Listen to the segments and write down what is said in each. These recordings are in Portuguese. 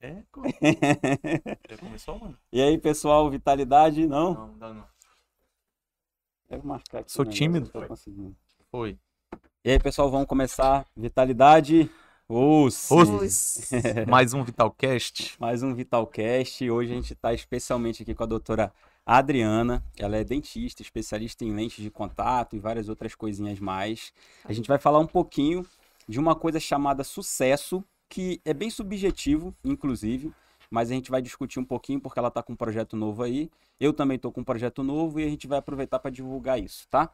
É, co- já começou, mano? E aí, pessoal, vitalidade? Não? Não, dá não. Quero marcar aqui. Sou o negócio, tímido. não tô conseguindo. Foi. E aí, pessoal, vamos começar. Vitalidade. Os. Os- Mais um Vitalcast. Mais um Vitalcast. Hoje a gente está especialmente aqui com a doutora Adriana. Ela é dentista, especialista em lentes de contato e várias outras coisinhas mais. A gente vai falar um pouquinho de uma coisa chamada sucesso, que é bem subjetivo, inclusive, mas a gente vai discutir um pouquinho porque ela está com um projeto novo aí. Eu também estou com um projeto novo e a gente vai aproveitar para divulgar isso, tá?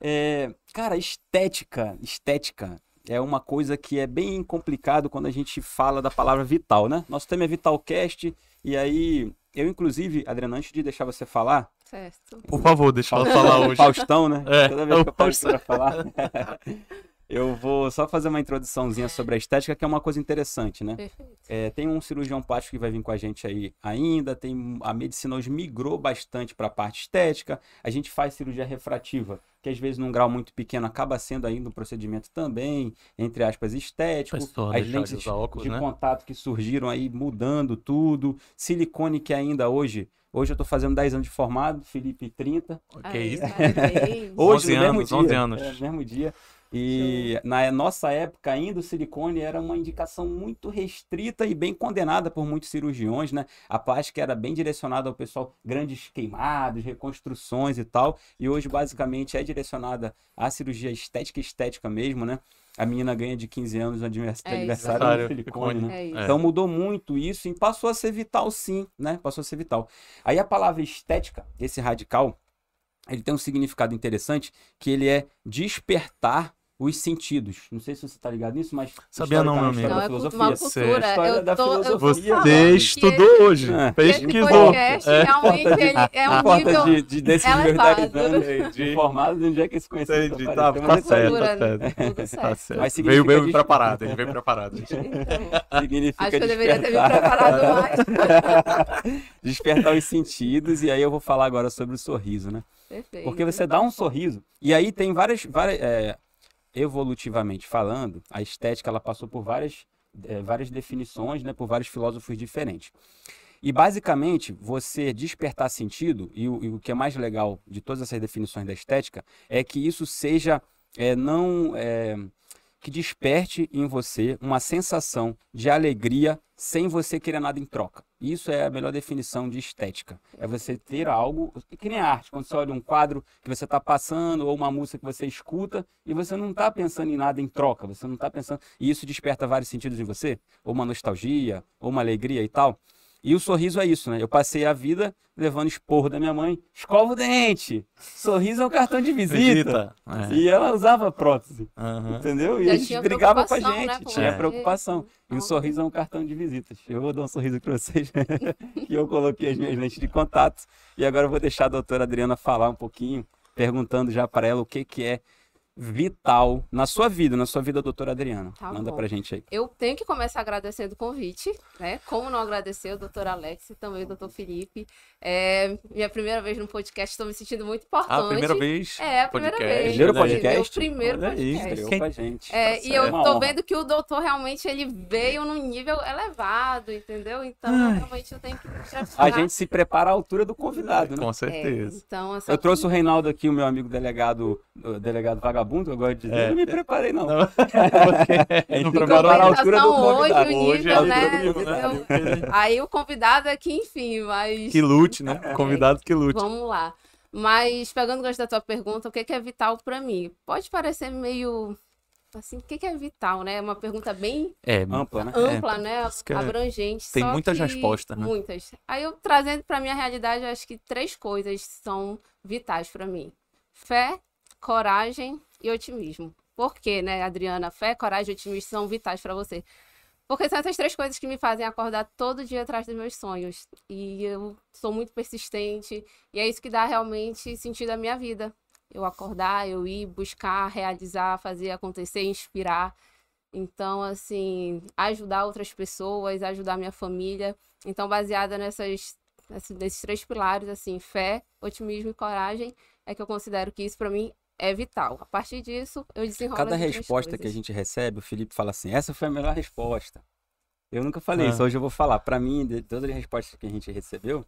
É, cara, estética, estética é uma coisa que é bem complicado quando a gente fala da palavra vital, né? Nosso tema é Vitalcast e aí eu inclusive, Adriana, antes de deixar você falar, Certo. Por favor, deixa ela falar hoje. Faustão, né? É, Toda é vez o que eu paro pra falar. Eu vou só fazer uma introduçãozinha sobre a estética, que é uma coisa interessante, né? Perfeito. É, tem um cirurgião plástico que vai vir com a gente aí ainda. Tem a medicina hoje migrou bastante para a parte estética. A gente faz cirurgia refrativa, que às vezes num grau muito pequeno acaba sendo ainda um procedimento também, entre aspas, estético. Pessoal, As deixar de lentes usar óculos, de né? contato que surgiram aí mudando tudo. Silicone que ainda hoje, hoje eu tô fazendo 10 anos de formado, Felipe 30. Que é Aí, isso? parabéns. Hoje, 11 no mesmo anos, dia, 11 anos. é, no mesmo dia. E na nossa época ainda o silicone era uma indicação muito restrita e bem condenada por muitos cirurgiões, né? A plástica era bem direcionada ao pessoal, grandes queimados, reconstruções e tal. E hoje basicamente é direcionada à cirurgia estética, estética mesmo, né? A menina ganha de 15 anos no advers- É, aniversário exato. do silicone, né? É isso. É. Então mudou muito isso e passou a ser vital sim, né? Passou a ser vital. Aí a palavra estética, esse radical, ele tem um significado interessante que ele é despertar os sentidos. Não sei se você tá ligado nisso, mas Sabia não, meu historicamente, Não, da é cu- filosofia. uma Sério. cultura. História Eu da tô, eu vou filosofia. falar Você que estudou hoje, É. Esse pesquisou. podcast É. realmente ele é A um porta nível é de, de desses verdades elevado. Entendi. informados de onde é que esse conhecimento Entendi, tá, apareceu, mas tá é certo, cultura, tá né? certo. tudo Tá certo. Tá certo. Mas significa veio, veio des- preparado, ele veio preparado. Então, significa acho que eu deveria ter me despertar. preparado mais. despertar os sentidos e aí eu vou falar agora sobre o sorriso, né? Perfeito. Porque você dá um sorriso. E aí tem várias. várias é, evolutivamente falando, a estética ela passou por várias, é, várias definições, né, por vários filósofos diferentes. E basicamente, você despertar sentido, e o, e o que é mais legal de todas essas definições da estética, é que isso seja é, não. é, que desperte em você uma sensação de alegria sem você querer nada em troca. Isso é a melhor definição de estética. É você ter algo, que nem arte, quando você olha um quadro que você está passando ou uma música que você escuta e você não está pensando em nada em troca, você não está pensando. E isso desperta vários sentidos em você, ou uma nostalgia, ou uma alegria e tal. E o sorriso é isso, né? Eu passei a vida levando esporro da minha mãe, escova o dente, sorriso é um cartão de visita. Visita. É. E ela usava prótese. Aham. Entendeu? E Já a gente tinha brigava com a preocupação, gente, né, É. com tinha você. preocupação. E Então- o sorriso é um cartão de visitas. Eu vou dar um sorriso para vocês, que eu coloquei as minhas lentes de contato. E agora eu vou deixar a doutora Adriana falar um pouquinho, perguntando já para ela o que, que é vital na sua vida, na sua vida, doutora Adriana. Tá Manda bom. pra gente aí. Eu tenho que começar agradecendo o convite, né? Como não agradecer o doutor Alex e também o doutor Felipe. É minha primeira vez no podcast, estou me sentindo muito importante. Ah, primeira vez? É, a primeira podcast. vez. Primeiro olha aí. podcast? Meu primeiro Olha aí, podcast. Estreou Quem- com a gente. É, Tá e eu certo. Uma tô honra. vendo que o doutor realmente ele veio num nível elevado, entendeu? Então, Ai. realmente eu tenho que me A preparar. gente se prepara à altura do convidado, né? Com É, certeza. então, assim, Eu trouxe o Reinaldo aqui, o meu amigo delegado, o delegado vagabundo, eu gosto de dizer. É. Eu não me preparei, não. Porque Ele não ficou preparou preparado. a a altura do hoje, convidado. o Hoje é nível, a né? altura do convidado. entendeu? Aí o convidado é que, enfim, mas que lute, né? Convidado que lute. vamos lá. Mas pegando gosto da tua pergunta, o que que é vital pra mim? Pode parecer meio assim, o que que é vital, né? Uma pergunta bem É, Ampla, né? ampla, né? isso que é- Abrangente. tem só muitas que- respostas, né? Muitas. Aí eu trazendo para minha realidade, eu acho que três coisas são vitais para mim: fé, coragem e otimismo. Por quê, né, Adriana? Fé, coragem e otimismo são vitais para você. Porque são essas três coisas que me fazem acordar todo dia atrás dos meus sonhos. E eu sou muito persistente. E é isso que dá realmente sentido à minha vida. Eu acordar, eu ir buscar, realizar, fazer acontecer, inspirar. Então, assim, ajudar outras pessoas, ajudar minha família. Então, baseada nessas, nessa- nesses três pilares, assim, fé, otimismo e coragem, é que eu considero que isso para mim é vital. A partir disso, eu desenrolo Cada as outras resposta que a coisas. gente recebe, o Felipe fala assim: essa foi a melhor resposta. Eu nunca falei Ah. isso, hoje eu vou falar. Pra mim, de todas as respostas que a gente recebeu,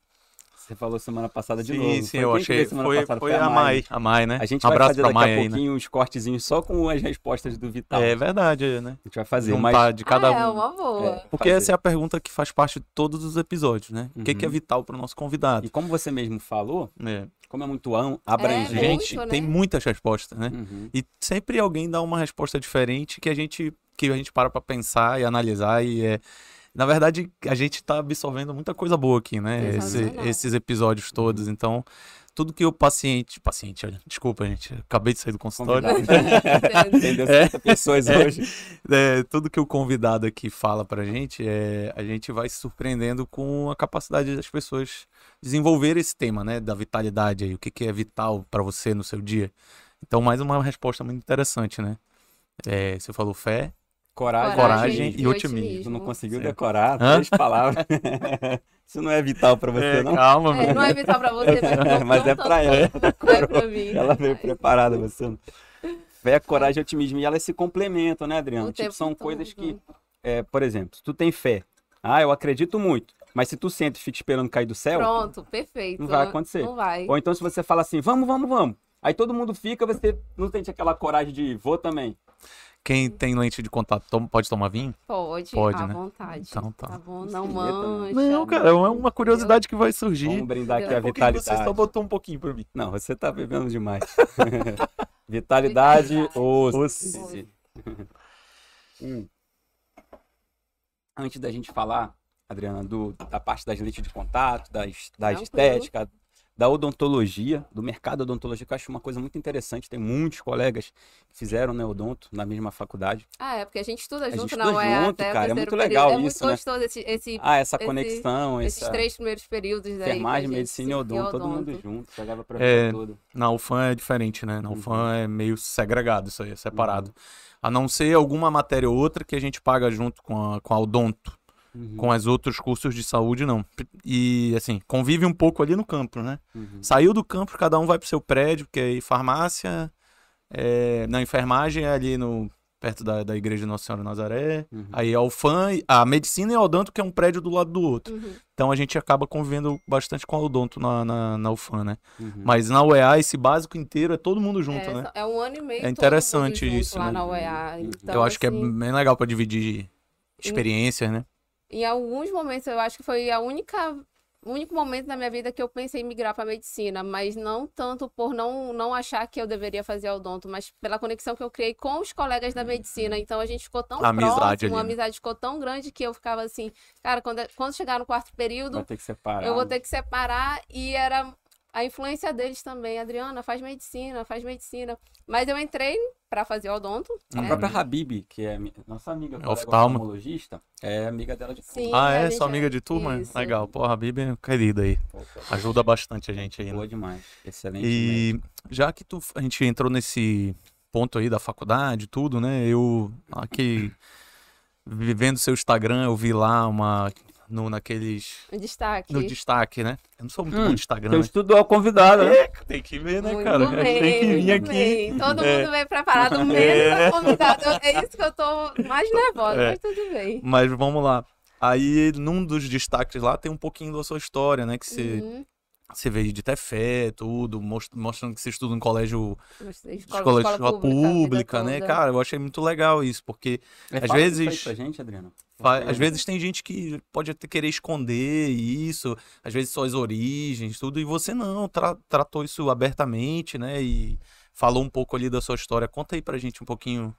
você falou semana passada de novo. Sim, sim, Foi eu quem que achei. veio semana Foi, passada? foi a Mai. A Mai, né? A gente um vai abraço fazer pra daqui Mai a aí, né? pouquinho uns cortezinhos só com as respostas do Vital. É verdade, né? A gente vai fazer, mas... Juntar de cada ah, é um. uma boa. é, Porque fazer. essa é a pergunta que faz parte de todos os episódios, né? O que, que é Uhum. vital para o nosso convidado? E como você mesmo falou, É. como é muito am- abrangente... Gente, muito, né? tem muitas respostas, né? Uhum. E sempre alguém dá uma resposta diferente que a gente que a gente para pra pensar e analisar e é na verdade a gente tá absorvendo muita coisa boa aqui, né? Esse- Sensacional. esses episódios todos, então tudo que o paciente, paciente, olha, desculpa, gente, acabei de sair do consultório. Convidado. Entendeu? 50 pessoas hoje. É, tudo que o convidado aqui fala pra gente, é, a gente vai se surpreendendo com a capacidade das pessoas desenvolver esse tema, né? Da vitalidade aí, o que, que é vital pra você no seu dia. Então, mais uma resposta muito interessante, né? É, você falou fé, Coragem. Coragem e Tu não otimismo. conseguiu Certo. decorar Hã? três palavras. Isso não é vital pra você, não? calma, É, não é vital pra você, mas, Mas não é pra ela. tanto, é pra mim. Ela veio preparada, você. não. Fé, coragem e otimismo. E elas se complementam, né, O Adriano? Tipo, tempo são todo. né? coisas que, é, por exemplo, se tu tem fé. Ah, eu acredito muito. Mas se tu sente e fica esperando cair do céu, Pronto, perfeito. Não É, vai acontecer. Não vai. ou então se você fala assim, vamos, vamos, vamos. Aí todo mundo fica, você não sente aquela coragem de vou também. Quem tem lente de contato toma- pode tomar vinho? Pode, Pode, à né? vontade. Então tá. bom, não Infinita, né? mancha. é uma curiosidade que vai surgir. É, Vamos brindar aqui Daqui a a vitalidade. botou um pouquinho pra mim. Não, você tá bebendo demais. Vitalidade Vitalidade. ou Osse. Hum. Antes da gente falar, Adriana, do- da parte das lentes de contato, das, da Tranquilo. estética, da odontologia, do mercado odontológico, eu acho uma coisa muito interessante. Tem muitos colegas que fizeram né, odonto na mesma faculdade. Ah, é, porque a gente estuda gente junto, estuda não é? junto, até o cara, é terceiro muito período. legal É muito isso, né? gostoso esse, esse- Ah, essa Esse- conexão, esses essa três primeiros períodos aí. que a enfermagem, gente medicina e se- odonto, todo mundo odonto. junto, pegava pra É, vida toda. Na UFAM é diferente, né? Na Uhum. UFAM é meio segregado isso aí, é separado. A não ser alguma matéria ou outra que a gente paga junto com a, com a Odonto. Uhum, Com os outros cursos de saúde, não. E, assim, convive um pouco ali no campo, né? uhum. Saiu do campo, cada um vai pro seu prédio, porque aí farmácia, é, na enfermagem é ali no, perto da, da igreja de Nossa Senhora de Nazaré. Uhum. Aí é o FAM, a medicina e a odonto, que é um prédio do lado do outro. Uhum. Então a gente acaba convivendo bastante com a odonto na, na, na UFAM, né? Uhum. Mas na UEA, esse básico inteiro é todo mundo junto, é, né? só- é um ano e meio. É todo mundo interessante junto isso, Lá né? na UEA. Então, Eu acho que é assim, bem legal pra dividir experiências, né? Em alguns momentos, eu acho que foi a única. O único momento da minha vida que eu pensei em migrar para medicina, mas não tanto por não, não achar que eu deveria fazer odonto, mas pela conexão que eu criei com os colegas da medicina. Então a gente ficou tão A Uhum. amizade próximo, ali, a né? amizade ficou tão grande que eu ficava assim, cara, quando, quando chegar no quarto período, Vai ter que separar. né? eu vou ter que separar e era a influência deles também. Adriana, faz medicina, faz medicina. Mas eu entrei para fazer odonto. A Uhum. né? própria Habib, que é mi- nossa amiga colega É, Oftalmo. oftalmologista, é amiga dela de Sim, ah, a é? gente Sua amiga de turma? né, Isso. Legal. Porra, a Bibi é querida aí. Opa, Ajuda bastante a gente aí, né? Boa demais. Excelente. mesmo. E já que tu, a gente entrou nesse ponto aí da faculdade, e tudo, né? Eu aqui vivendo seu Instagram, eu vi lá uma no naqueles Destaque. no destaque, né? Eu não sou muito Hum, bom de Instagram. Teu né? estudo é o convidado, né? Tem que ver, né, Muito cara? bem, Tem que vir muito aqui. bem. Todo É. mundo vem preparado, menos o convidado. Eu- É isso que eu tô mais nervosa, É. mas tudo bem. Mas vamos lá. Aí, num dos destaques lá, tem um pouquinho da sua história, né? Que você, Uhum. você veio de Tefé, tudo, mos- mostrando que você estuda em colégio, Gostei. Escola, escola, escola escola a vida pública, né? toda. Cara, eu achei muito legal isso, porque É, Às fala isso aí vezes- pra gente, Adriano. Vai- Uhum. Às vezes tem gente que pode até querer esconder isso, às vezes suas origens, tudo, e você não, tra- tratou isso abertamente, né? E falou um pouco ali da sua história. Conta aí pra gente um pouquinho,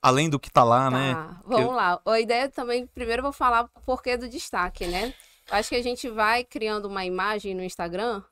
além do que tá lá, né? Tá, vamos lá. A ideia também, primeiro eu vou falar o porquê do destaque, né? Eu Acho que a gente vai criando uma imagem no Instagram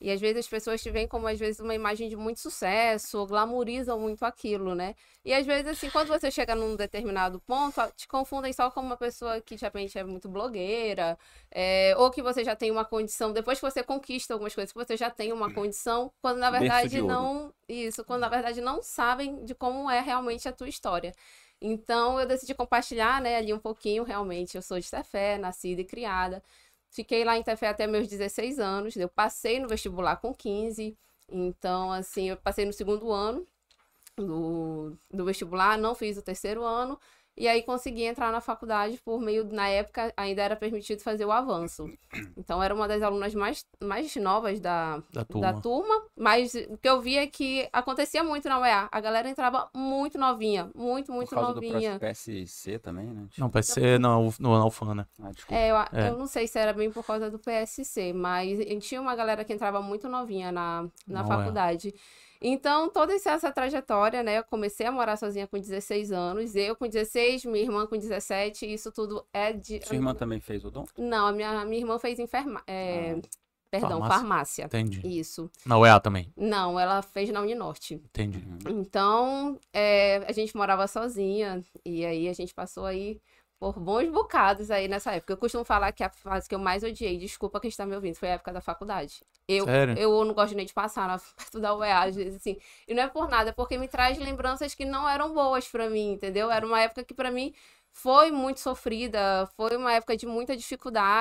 e às vezes as pessoas te veem como às vezes uma imagem de muito sucesso, ou glamorizam muito aquilo, né? E às vezes assim, quando você chega num determinado ponto, a- te confundem só com uma pessoa que de repente é muito blogueira, é, ou que você já tem uma condição, depois que você conquista algumas coisas, que você já tem uma condição, quando na Berço de verdade ouro. não, isso, quando na verdade não sabem de como é realmente a tua história. Então eu decidi compartilhar, né, ali um pouquinho, realmente. Eu sou de Tefé, nascida e criada. Fiquei lá em Tefé até meus 16 anos. Eu passei no vestibular com 15. Então, assim, eu passei no segundo ano do, do vestibular, não fiz o terceiro ano. E aí consegui entrar na faculdade por meio, na época ainda era permitido fazer o avanço. Então era uma das alunas mais, mais novas da, Da da turma. turma, mas o que eu via é que acontecia muito na UEA. A galera entrava muito novinha, muito, muito é Por causa novinha. do PSC também, né? Não, vai ser na, Uf- no, na UFAN, né? Ah, desculpa. É, eu, a- É. eu não sei se era bem por causa do PSC, mas e- tinha uma galera que entrava muito novinha na, na Não é. faculdade. Então, toda essa, essa trajetória, né? Eu comecei a morar sozinha com 16 anos, eu com 16, minha irmã com 17, e isso tudo é de. Sua irmã também fez o dom? Não, a minha, a minha irmã fez enferma... é, Ah, Perdão, farmácia. Entendi. Isso. Na UEA também. Não, ela fez na Uninorte. Entendi. É um Então, é, a gente morava sozinha e aí a gente passou aí por bons bocados aí nessa época. Eu costumo falar que a fase que eu mais odiei, desculpa quem está me ouvindo, foi a época da faculdade. Eu, Sério? eu não gosto nem de passar na perto da UEA, às vezes, assim. E não é por nada, é porque me traz lembranças que não eram boas pra mim, entendeu? Era uma época que pra mim foi muito sofrida, foi uma época de muita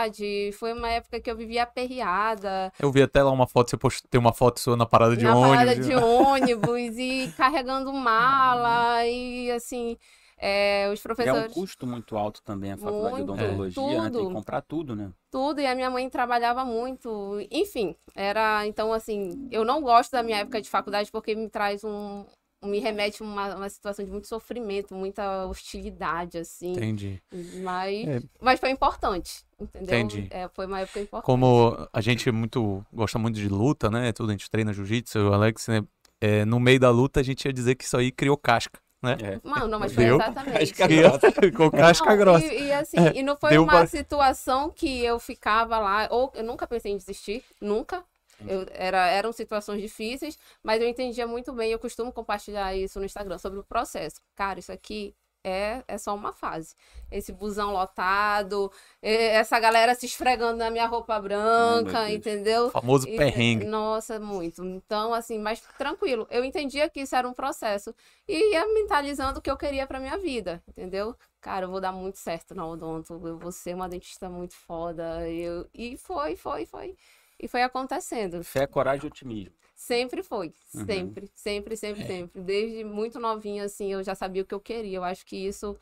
dificuldade, foi uma época que eu vivia aperreada. Eu vi até lá uma foto, você post... tem uma foto sua na parada de na ônibus. parada de ônibus e carregando mala e assim é, E é os um professores custo muito alto também a faculdade de Muito, odontologia, né? Tem que tudo. comprar tudo, né? tudo e a minha mãe trabalhava muito enfim era então assim eu não gosto da minha época de faculdade porque me traz um me remete a uma, uma situação de muito sofrimento muita hostilidade assim Entendi. mas É. mas foi importante entendeu Entendi. É, foi uma época importante Como a gente é muito gosta muito de luta, né? Tudo, a gente treina jiu-jitsu, eu e o Alex, né? É, no meio da luta a gente ia dizer que isso aí criou casca. É. mano não mas foi Deu. exatamente Acho que agora- Criou- Ficou casca Não, grossa. E, e assim, e não foi deu uma pra- situação que eu ficava lá, ou eu nunca pensei em desistir, nunca. Eu, era, eram situações difíceis, mas eu entendia muito bem. Eu costumo compartilhar isso no Instagram sobre o processo. Cara, isso aqui é, é só uma fase. Esse busão lotado, eh, essa galera se esfregando na minha roupa Meu branca, Deus. entendeu? O famoso E- perrengue. Nossa, muito. Então, assim, mas tranquilo. Eu entendia que isso era um processo. E ia mentalizando o que eu queria pra minha vida, entendeu? Cara, eu vou dar muito certo na Odonto. Eu vou ser uma dentista muito foda. Eu... E foi, foi, foi. E foi acontecendo. Fé, coragem e otimismo. Sempre foi. Uhum. É. Sempre, sempre, sempre, sempre. Desde muito novinha, assim, eu já sabia o que eu queria. Eu acho que isso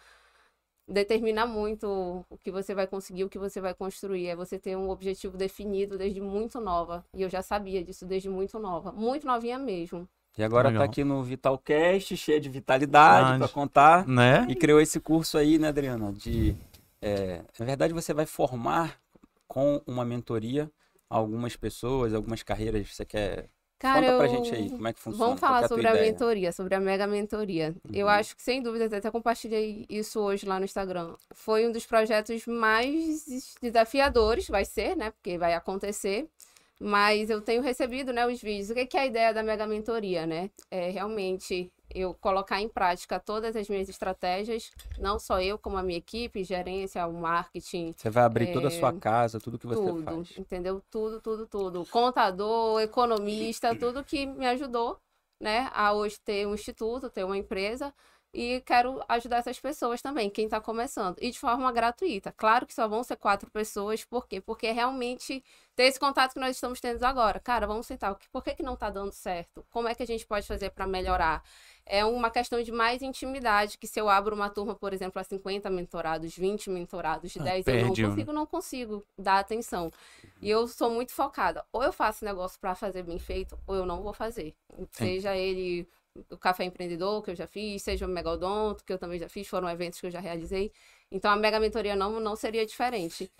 determina muito o que você vai conseguir, o que você vai construir. É você ter um objetivo definido desde muito nova. E eu já sabia disso desde muito nova. Muito novinha mesmo. E agora Legal. tá aqui no Vitalcast, cheia de vitalidade para Verdade. contar. Né? Ah. E criou esse curso aí, né, Adriana? De, é, na verdade, você vai formar com uma mentoria algumas pessoas, algumas carreiras. Você quer. Cara, Conta pra eu- gente aí como é que funciona. Vamos qual que é falar tua sobre a ideia? mentoria, sobre a mega mentoria. Eu Uhum. acho que, sem dúvida, até compartilhei isso hoje lá no Instagram. Foi um dos projetos mais desafiadores, vai ser, né? Porque vai acontecer. Mas eu tenho recebido, né, os vídeos. O que que é a ideia da mega mentoria, né? É realmente eu colocar em prática todas as minhas estratégias, não só eu, como a minha equipe, gerência, o marketing, Você vai abrir toda a sua casa, tudo que você é, tudo, faz. entendeu? Tudo, tudo, tudo. Contador, economista, tudo que me ajudou, né, a hoje ter um instituto, ter uma empresa e quero ajudar essas pessoas também, quem está começando, e de forma gratuita. Claro que só vão ser quatro pessoas, por quê? Porque realmente ter esse contato que nós estamos tendo agora. Cara, vamos sentar, o que- por que, que não está dando certo? Como é que a gente pode fazer para melhorar? É uma questão de mais intimidade, que se eu abro uma turma, por exemplo, a 50 mentorados, 20 mentorados, Ah, 10, eu não perde um, né? consigo, não consigo dar atenção. E eu sou muito focada. Ou eu faço negócio para fazer bem feito, ou eu não vou fazer. Seja ele o Café Empreendedor, que eu já fiz, seja o Megalodonto, que eu também já fiz, foram eventos que eu já realizei. Então a Mega Mentoria não, não seria diferente.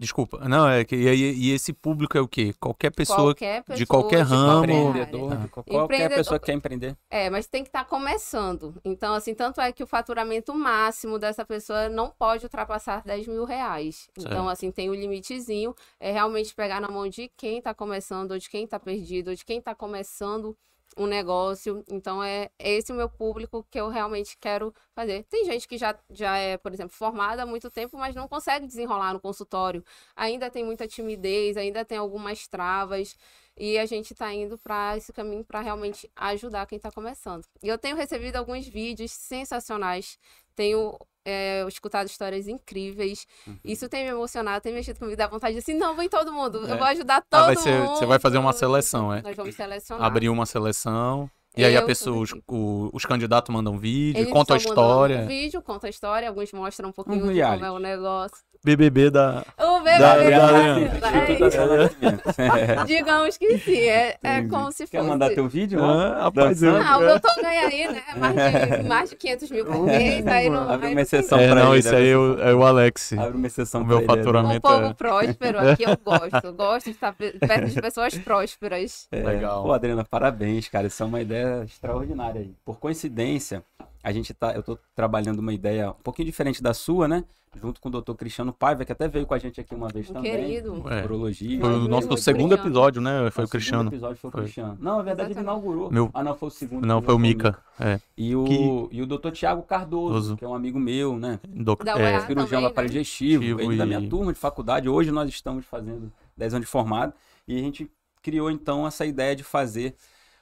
Desculpa. Não, é que e, aí- e esse público é o quê? Qualquer pessoa. qualquer pessoa, de qualquer ramo. área. Empreendedor, Tá. de qual- qualquer Empreendedor- pessoa que quer empreender. É, mas tem que estar começando. Então, assim, tanto é que o faturamento máximo dessa pessoa não pode ultrapassar 10 mil reais. Então, Certo. assim, tem o limitezinho. É realmente pegar na mão de quem está começando, ou de quem está perdido, ou de quem está começando um negócio. Então, é é esse o meu público que eu realmente quero fazer. Tem gente que já, já é, por exemplo, formada há muito tempo, mas não consegue desenrolar no consultório. Ainda tem muita timidez, ainda tem algumas travas. E a gente tá indo para esse caminho para realmente ajudar quem tá começando. E eu tenho recebido alguns vídeos sensacionais, tenho é, escutado histórias incríveis. Uhum. Isso tem me emocionado, tem mexido comigo, dá vontade de assim, não, vem todo mundo, É. eu vou ajudar todo Ah, vai ser- mundo. você vai fazer uma seleção, é? Nós vamos selecionar. Abriu uma seleção. E aí a Eu, pessoa, os, toda equipe. o- os candidatos mandam vídeo, Eles contam a só mandam história. Um vídeo, conta a história, alguns mostram um pouquinho de reality. como é o negócio. BBB da. O bebê Da- é da- verdade, da- vai. da- É. Digamos que sim, é, é Entendi. como se fosse. Quer mandar teu vídeo? Ah, rapaz, eu- Ah, o é. doutor ganha aí, né? Mais de, mais de 500 mil por mês, aí não. Abre uma aí não tem exceção é, pra não, ele. isso aí é o, é o Alex. Abre uma exceção O meu pra ele, né? Um faturamento povo é. próspero aqui eu gosto. Eu Gosto de estar pe- perto de pessoas prósperas. É, Legal. Pô, Adriana, parabéns, cara. Isso é uma ideia extraordinária aí. Por coincidência, a gente tá, eu tô trabalhando uma ideia um pouquinho diferente da sua, né? Junto com o doutor Cristiano Paiva, que até veio com a gente aqui uma vez Um também. querido. É. Urologia. Foi o Mas nosso mesmo, segundo Cristiano. episódio, né? Foi Não, o Cristiano. segundo episódio foi o Foi. Cristiano. Não, na verdade ele Exatamente. inaugurou. Meu- Ah, não, foi o segundo. Não, foi o Mica. É. E o, Que- e o doutor Tiago Cardoso, Cardoso. que é um amigo meu, né? Doc... Da é. UEA. Ah, cirurgião também, do aparelho né? digestivo, Digestivo ele da e- minha turma de faculdade. Hoje nós estamos fazendo 10 anos de formado e a gente criou então essa ideia de fazer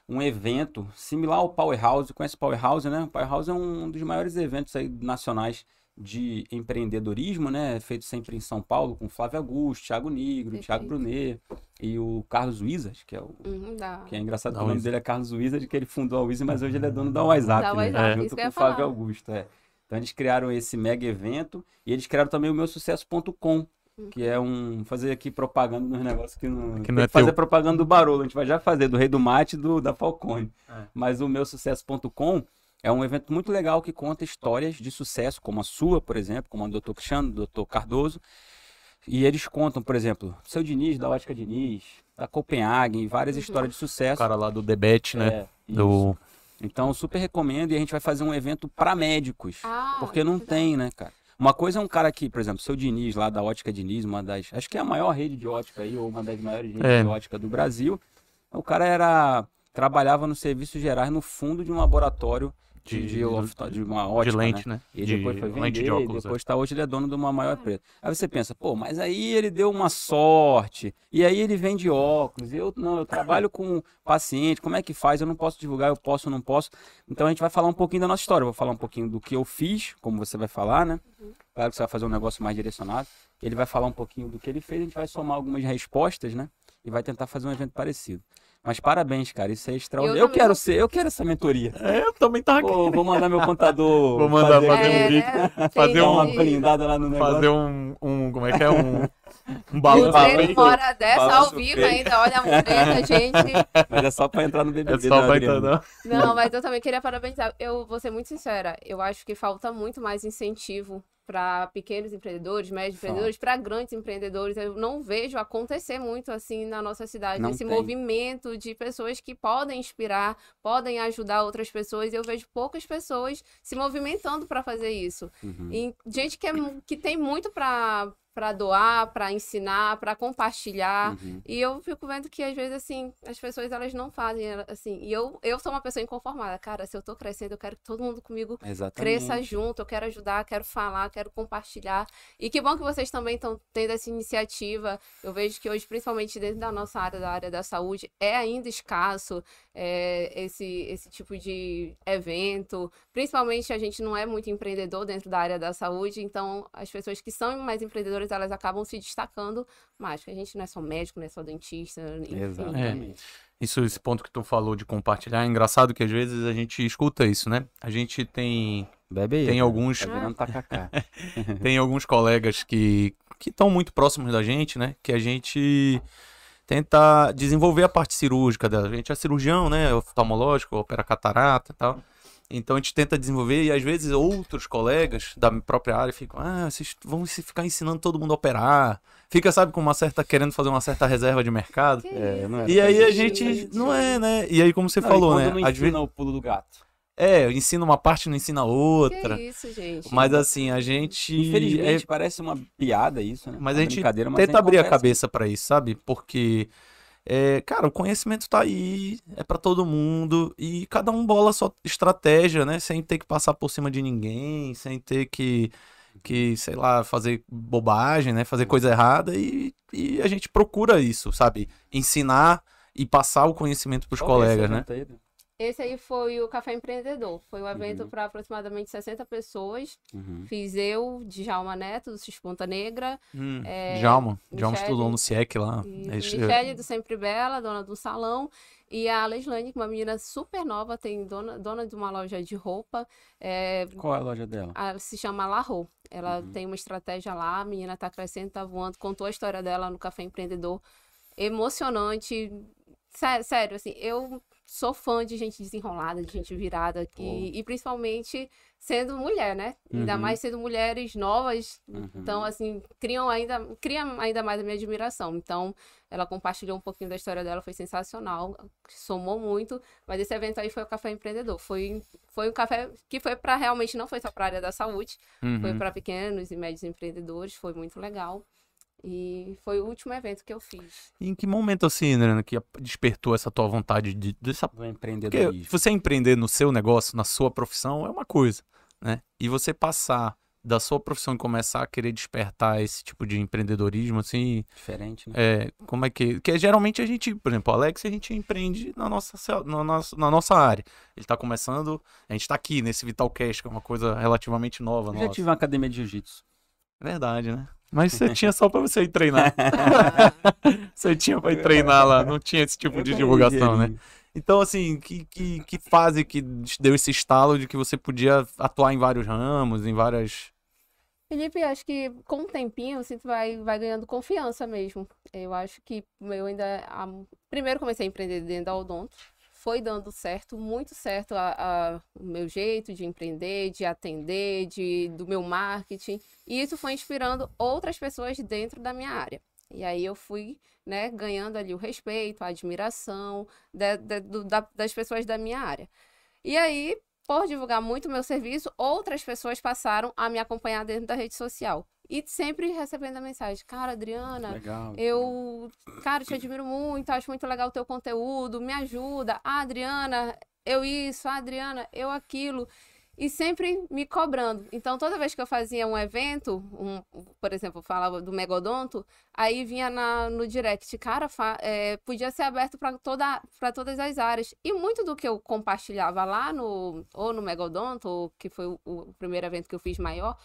um evento similar ao Powerhouse. Conhece o Powerhouse, né? O Powerhouse é um dos maiores eventos aí nacionais de empreendedorismo, né? Feito sempre em São Paulo com Flávio Augusto, Thiago Nigro, Perfeito. Thiago Brunet e o Carlos Wizard, que é o Uhum, dá. que é engraçado que Da o nome Wizard. Ah. dele é Carlos Wizard, que ele fundou a Wizard, mas hoje ele é dono da WhatsApp, Da né? WhatsApp, junto isso que com eu ia o Flávio falar. Augusto. é. Então eles criaram esse mega evento e eles criaram também o meu sucesso.com, Uhum. que é um. fazer aqui propaganda nos negócios que não. Que não tem é que fazer teu. propaganda do Barolo, a gente vai já fazer, do Rei do Mate e do, da Falcone. É. Mas o meu sucesso.com é um evento muito legal que conta histórias de sucesso, como a sua, por exemplo, como a do Dr. Cristiano, do Dr. Cardoso. E eles contam, por exemplo, seu Diniz, da Ótica Diniz, da Copenhagen, várias histórias de O sucesso. cara lá do Debete, né? Uhum. É, isso. Do... Então, super recomendo. E a gente vai fazer um evento para médicos. Ah, porque não tem, né, cara? Uma coisa é um cara que, por exemplo, seu Diniz, lá da Ótica Diniz, uma das. Acho que é a maior rede de ótica aí, ou uma das maiores redes É. de ótica do Brasil. O cara era. Trabalhava nos serviços gerais no fundo de um laboratório de, de, De- ofto- de uma ótica. de né? lente, né? E de depois foi lente vender, de e óculos. é. depois tá hoje ele é dono de uma maior empresa. Aí você pensa, pô, mas aí ele deu uma sorte, e aí ele vende óculos, eu não, eu trabalho com paciente, como é que faz? Eu não posso divulgar, eu posso, não posso. Então a gente vai falar um pouquinho da nossa história, eu vou falar um pouquinho do que eu fiz, como você vai falar, né? Claro que você vai fazer um negócio mais direcionado. Ele vai falar um pouquinho do que ele fez, a gente vai somar algumas respostas, né? E vai tentar fazer um evento parecido. Mas parabéns, cara, isso é extraordinário. Eu, também quero ser, eu quero essa mentoria. É, eu também tava Pô, vou mandar meu contador. Vou mandar fazer fazer um aqui. É, vídeo. né? Fazer Tem Dá uma de- blindada lá no negócio. fazer um, um. Como é que é? Um, um de balanço. ser uma hora dessa, ao balanço vivo feio. ainda, olha a mureta, gente. Mas é só pra entrar no BBB. É só né, pra Adriano? entrar, não. Não, mas eu também queria parabenizar. Eu vou ser muito sincera, eu acho que falta muito mais incentivo para pequenos empreendedores, médios Falta. empreendedores, para grandes empreendedores. Eu não vejo acontecer muito assim na nossa cidade, Não esse tem. movimento de pessoas que podem inspirar, podem ajudar outras pessoas. Eu vejo poucas pessoas se movimentando para fazer isso. Uhum. E gente que, é mu- que tem muito pra pra doar, pra ensinar, pra compartilhar. Uhum. E eu fico vendo que às vezes assim, as pessoas elas não fazem ela- assim. E eu eu sou uma pessoa inconformada, cara, se eu tô crescendo, eu quero que todo mundo comigo Exatamente. cresça junto, eu quero ajudar, quero falar, quero compartilhar. E que bom que vocês também estão tendo essa iniciativa. Eu vejo que hoje, principalmente dentro da nossa área, da área da saúde, é ainda escasso é, esse, esse tipo de evento. Principalmente a gente não é muito empreendedor dentro da área da saúde, então as pessoas que são mais empreendedoras, elas acabam se destacando mais, porque a gente não é só médico, não é só dentista, enfim. Exatamente. Isso, esse ponto que tu falou de compartilhar, é engraçado que às vezes a gente escuta isso, né? A gente tem, Bebe aí. tem Ah. alguns Tá virando tacacá. tem alguns colegas que que estão muito próximos da gente, né? Que a gente tenta desenvolver a parte cirúrgica dela. A gente é cirurgião, né? Oftalmológico, opera catarata e tal. Então a gente tenta desenvolver e às vezes outros colegas da própria área ficam, ah, vocês vão se ficar ensinando todo mundo a operar. Fica, sabe, com uma certa querendo fazer uma certa reserva de mercado. Que É, isso, não é E aí a gente. gente não é, né? E aí como você Não, e falou, quando né? Não Às vezes ensina o pulo do gato. é, ensina uma parte, não ensina a outra. Que isso, gente. Mas assim, a gente Infelizmente, parece uma piada isso, né? Mas Uma a gente brincadeira, é, mas tenta abrir a acontece. cabeça pra isso, sabe? Porque é, cara, o conhecimento tá aí, é pra todo mundo e cada um bola a sua estratégia, né? Sem ter que passar por cima de ninguém, sem ter que que, sei lá, fazer bobagem, né? Fazer coisa errada e, e a gente procura isso, sabe? Ensinar e passar o conhecimento pros Qual é esse colegas, né? evento aí, Adriano? Esse aí foi o Café Empreendedor. Foi um evento Uhum. para aproximadamente 60 pessoas. Uhum. Fiz eu, Djalma Neto, do Cisponta Negra, Hum, É, Djalma, Djalma Michele- Ah, é estudou no SIEC lá. é, e Eles- Michele, do Sempre Bela, dona do salão. E a Leslane, que é uma menina super nova, tem dona, dona de uma loja de roupa, é, Qual é a loja dela? ela se chama Larro. Ela Uhum. tem uma estratégia lá, a menina tá crescendo, tá voando, contou a história dela no Café Empreendedor. Emocionante. Sé- Sério, assim, eu sou fã de gente desenrolada, de gente virada, que- e, principalmente sendo mulher, né? Ainda Uhum. mais sendo mulheres novas. Uhum. Então, assim, criam ainda, cria ainda mais a minha admiração. Então, ela compartilhou um pouquinho da história dela, foi sensacional, somou muito. Mas esse evento aí foi o Café Empreendedor. Foi, foi um café que foi para realmente, não foi só para a área da saúde, foi Uhum. para pequenos e médios empreendedores, foi muito legal. E foi o último evento que eu fiz. Em que momento, assim, Adriana, que despertou essa tua vontade de, dessa do Porque empreendedorismo. você empreender no seu negócio, na sua profissão, é uma coisa, né? E você passar da sua profissão e começar a querer despertar esse tipo de empreendedorismo, assim, Diferente, né? é, como é que... Porque geralmente a gente, por exemplo, o Alex, a gente empreende na nossa, cel- na nossa, na nossa área. Ele tá começando, a gente tá aqui nesse Vitalcast, que é uma coisa relativamente nova Eu nossa. já tive uma academia de jiu-jitsu. Verdade, né? Mas você tinha só pra você ir treinar. Você tinha pra ir treinar lá, não tinha esse tipo de divulgação, né? Então, assim, que, que, que fase que deu esse estalo de que você podia atuar em vários ramos, em várias. Felipe, acho que com o tempinho você vai, vai ganhando confiança mesmo. Eu acho que eu ainda. a- primeiro comecei a empreender dentro da Odonto. Foi dando certo, muito certo a- a- o meu jeito de empreender, de atender, de, do meu marketing. E isso foi inspirando outras pessoas dentro da minha área. E aí eu fui, né, ganhando ali o respeito, a admiração da- da- do- da- das pessoas da minha área. E aí, por divulgar muito meu serviço, outras pessoas passaram a me acompanhar dentro da rede social. E sempre recebendo a mensagem, cara, Adriana, Legal. eu, cara, te admiro muito, acho muito legal o teu conteúdo, me ajuda. Ah, Adriana, eu isso, ah, Adriana, eu aquilo. E sempre me cobrando. Então, toda vez que eu fazia um evento, um, por exemplo, eu falava do Megodonto, aí vinha na- no direct, cara, fa- é, podia ser aberto para toda, pra todas as áreas. E muito do que eu compartilhava lá no, ou no Megodonto, ou que foi o, o primeiro evento que eu fiz maior,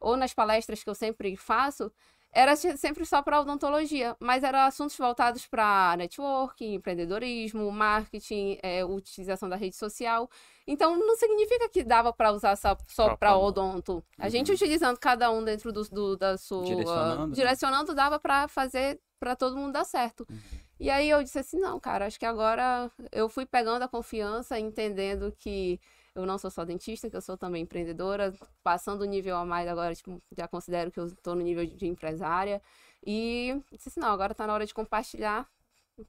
ou nas palestras que eu sempre faço, era se- sempre só para odontologia, mas eram assuntos voltados para networking, empreendedorismo, marketing, é, utilização da rede social. Então, não significa que dava para usar só, Só para pra- odonto. A gente Uhum. utilizando cada um dentro do, do- da sua Direcionando, né? direcionando dava para fazer para todo mundo dar certo. Uhum. E aí eu disse assim, não, cara, acho que agora eu fui pegando a confiança, entendendo que eu não sou só dentista, que eu sou também empreendedora, passando o nível a mais agora, tipo, já considero que eu estou no nível de empresária. E disse assim, não, agora está na hora de compartilhar,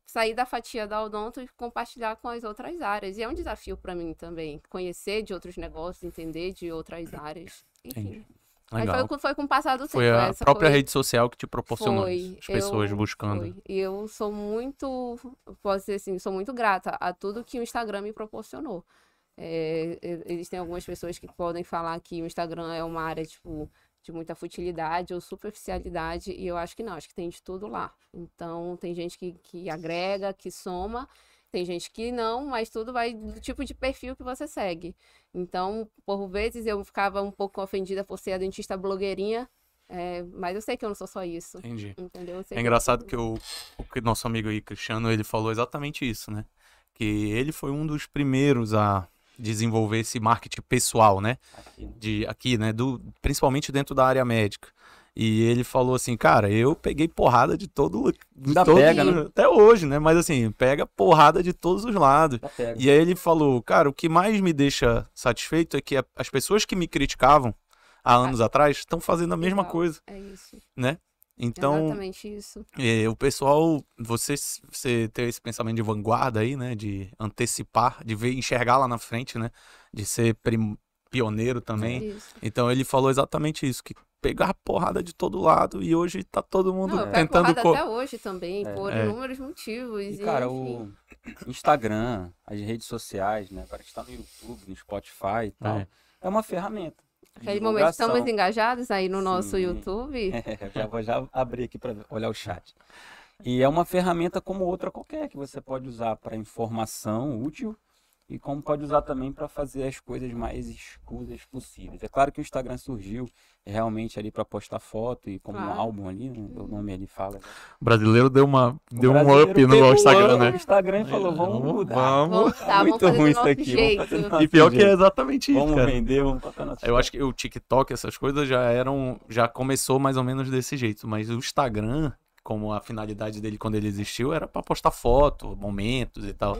sair da fatia da Odonto e compartilhar com as outras áreas. E é um desafio para mim também, conhecer de outros negócios, entender de outras áreas. Enfim. Aí foi, Legal. com- foi com o passar do tempo. Foi a essa própria foi- rede social que te proporcionou Foi, as pessoas eu- buscando. foi. E eu sou muito, posso dizer assim, sou muito grata a tudo que o Instagram me proporcionou. É, e- existem algumas pessoas que podem falar que o Instagram é uma área, tipo, de muita futilidade ou superficialidade, e eu acho que não, acho que tem de tudo lá. Então, tem gente que, que agrega, que soma, tem gente que não, mas tudo vai do tipo de perfil que você segue. Então, por vezes eu ficava um pouco ofendida por ser a dentista blogueirinha, é, mas eu sei que eu não sou só isso. Entendi. Entendeu? Eu sei É engraçado que o, o que nosso amigo aí, Cristiano, ele falou exatamente isso, né? Que ele foi um dos primeiros a desenvolver esse marketing pessoal, né? de aqui, né, do, principalmente dentro da área médica. E ele falou assim, cara, eu peguei porrada de todo, lu- de Ainda todo- pega, né? até hoje, né? Mas assim, pega porrada de todos os lados. Já pega. E aí ele falou, cara, o que mais me deixa satisfeito é que a- as pessoas que me criticavam há anos atrás estão fazendo a mesma Legal. coisa. É isso. Então, Exatamente isso. é, o pessoal, você, s- você ter esse pensamento de vanguarda aí, né? De antecipar, de ver, enxergar lá na frente, né? De ser prim- pioneiro também. isso. Então ele falou exatamente isso, que pegar porrada de todo lado e hoje tá todo mundo Não, eu pego tentando porrada co- até hoje também, por É. inúmeros motivos. E, E, cara, enfim. o Instagram, as redes sociais, né? Agora que está no YouTube, no Spotify e tal. É. É, uma ferramenta. de Aquele momento, estamos divulgação. engajados aí no nosso Sim. YouTube. É, já vou já abrir aqui para olhar o chat. E é uma ferramenta como outra qualquer que você pode usar para informação útil e como pode usar também para fazer as coisas mais escusas possíveis. É claro que o Instagram surgiu realmente ali para postar foto e como um Claro. álbum ali, né? o nome ali fala. O brasileiro deu uma O deu um brasileiro up pegou no o Instagram, up né? no Instagram e falou, vamos mudar. Vamos. Vamos, tá, muito vamos ruim fazer do isso nosso aqui, vamos jeito. fazer do E pior que é jeito. exatamente isso, Vamos cara. vender, vamos botar nosso Eu acho que o TikTok, essas coisas já eram. Já começou mais ou menos desse jeito. Mas o Instagram, como a finalidade dele quando ele existiu, era pra postar foto, momentos e tal.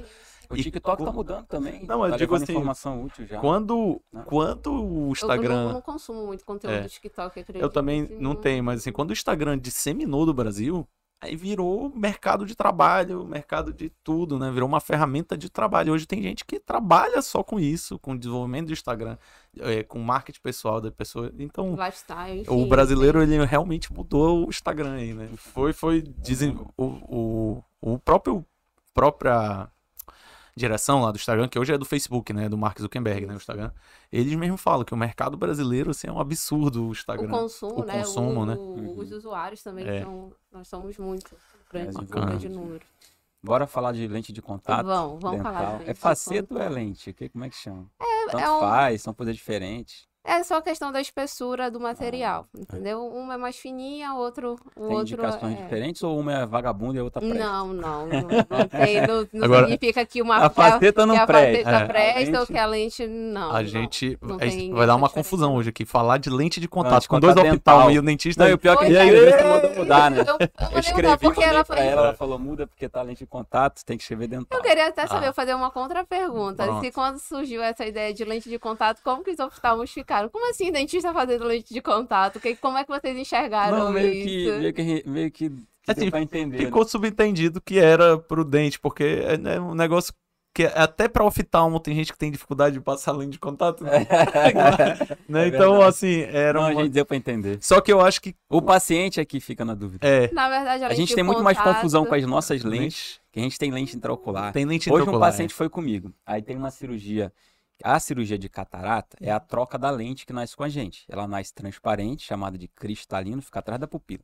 O E TikTok tá co- mudando também. Não, eu tá digo levando assim, informação útil já. Quando, Né? quando o Eu- Eu não, Instagram. não consumo muito conteúdo É. do TikTok, acredito. Eu também não tenho, mas assim, quando o Instagram disseminou do Brasil, aí virou mercado de trabalho, mercado de tudo, né? Virou uma ferramenta de trabalho. Hoje tem gente que trabalha só com isso, com desenvolvimento do Instagram, é, com marketing pessoal da pessoa. Então, Lifestyle, enfim. O brasileiro, ele realmente mudou o Instagram aí, né? Foi, foi, dizem, o, o, o próprio, própria direção lá do Instagram, que hoje é do Facebook, né? Do Mark Zuckerberg, né? O Instagram. Eles mesmo falam que o mercado brasileiro, assim, é um absurdo o o Instagram. consumo, o né? consumo, o, né? o- Os usuários também É. são. Nós somos muito grandes, um Bacana. grande número. Bora falar de lente de contato. Vamos, vamos dental. falar. gente, Tá É de faceto ou como- é lente? Que, como é que chama? Tanto é um- faz, são coisas diferentes. É só questão da espessura do material, entendeu? Uma é mais fininha, outro, o Tem outro indicações é... diferentes ou uma é vagabunda e a outra presta? Não, não, não, não tem, não, não Agora, significa que uma A que a- faceta que não a presta. faceta É, presta a ou lente- que a lente não. A não. gente não é- tem vai dar uma essa diferença. confusão hoje aqui. Falar de lente de contato Lente de com dois contato oftalmos dental. e o dentista. Não, e o pior é que a Pois é. entrevista mandou mudar, né? Eu, eu, Eu mandei mudar, escrevi porque mandei ela pra foi- ela, ela falou, muda porque tá lente de contato, tem que escrever dental. Eu queria até saber, Ah. eu fazer uma contra-pergunta. Pronto. Se quando surgiu essa ideia de lente de contato, como que os oftalmos ficaram? Como assim, dentista fazendo lente de contato? Que- como é que vocês enxergaram Não, meio isso? que, meio que, re- meio que, que Assim, deu pra entender. né? Ficou subentendido que era pro dente, porque é né, um negócio que até pra oftalmo tem gente que tem dificuldade de passar lente de contato. né? Né? É então, verdade. assim, era Não, uma... a gente deu pra entender. Só que eu acho que. O paciente é que fica na dúvida. É. Na verdade, a A lente gente de tem muito mais contato- confusão com as nossas lentes, que a gente tem lente intraocular. né? Tem lente Hoje um intraocular, né? é. paciente foi comigo. Aí tem uma cirurgia. A cirurgia de catarata é a troca da lente que nasce com a gente. Ela nasce transparente, chamada de cristalino, fica atrás da pupila.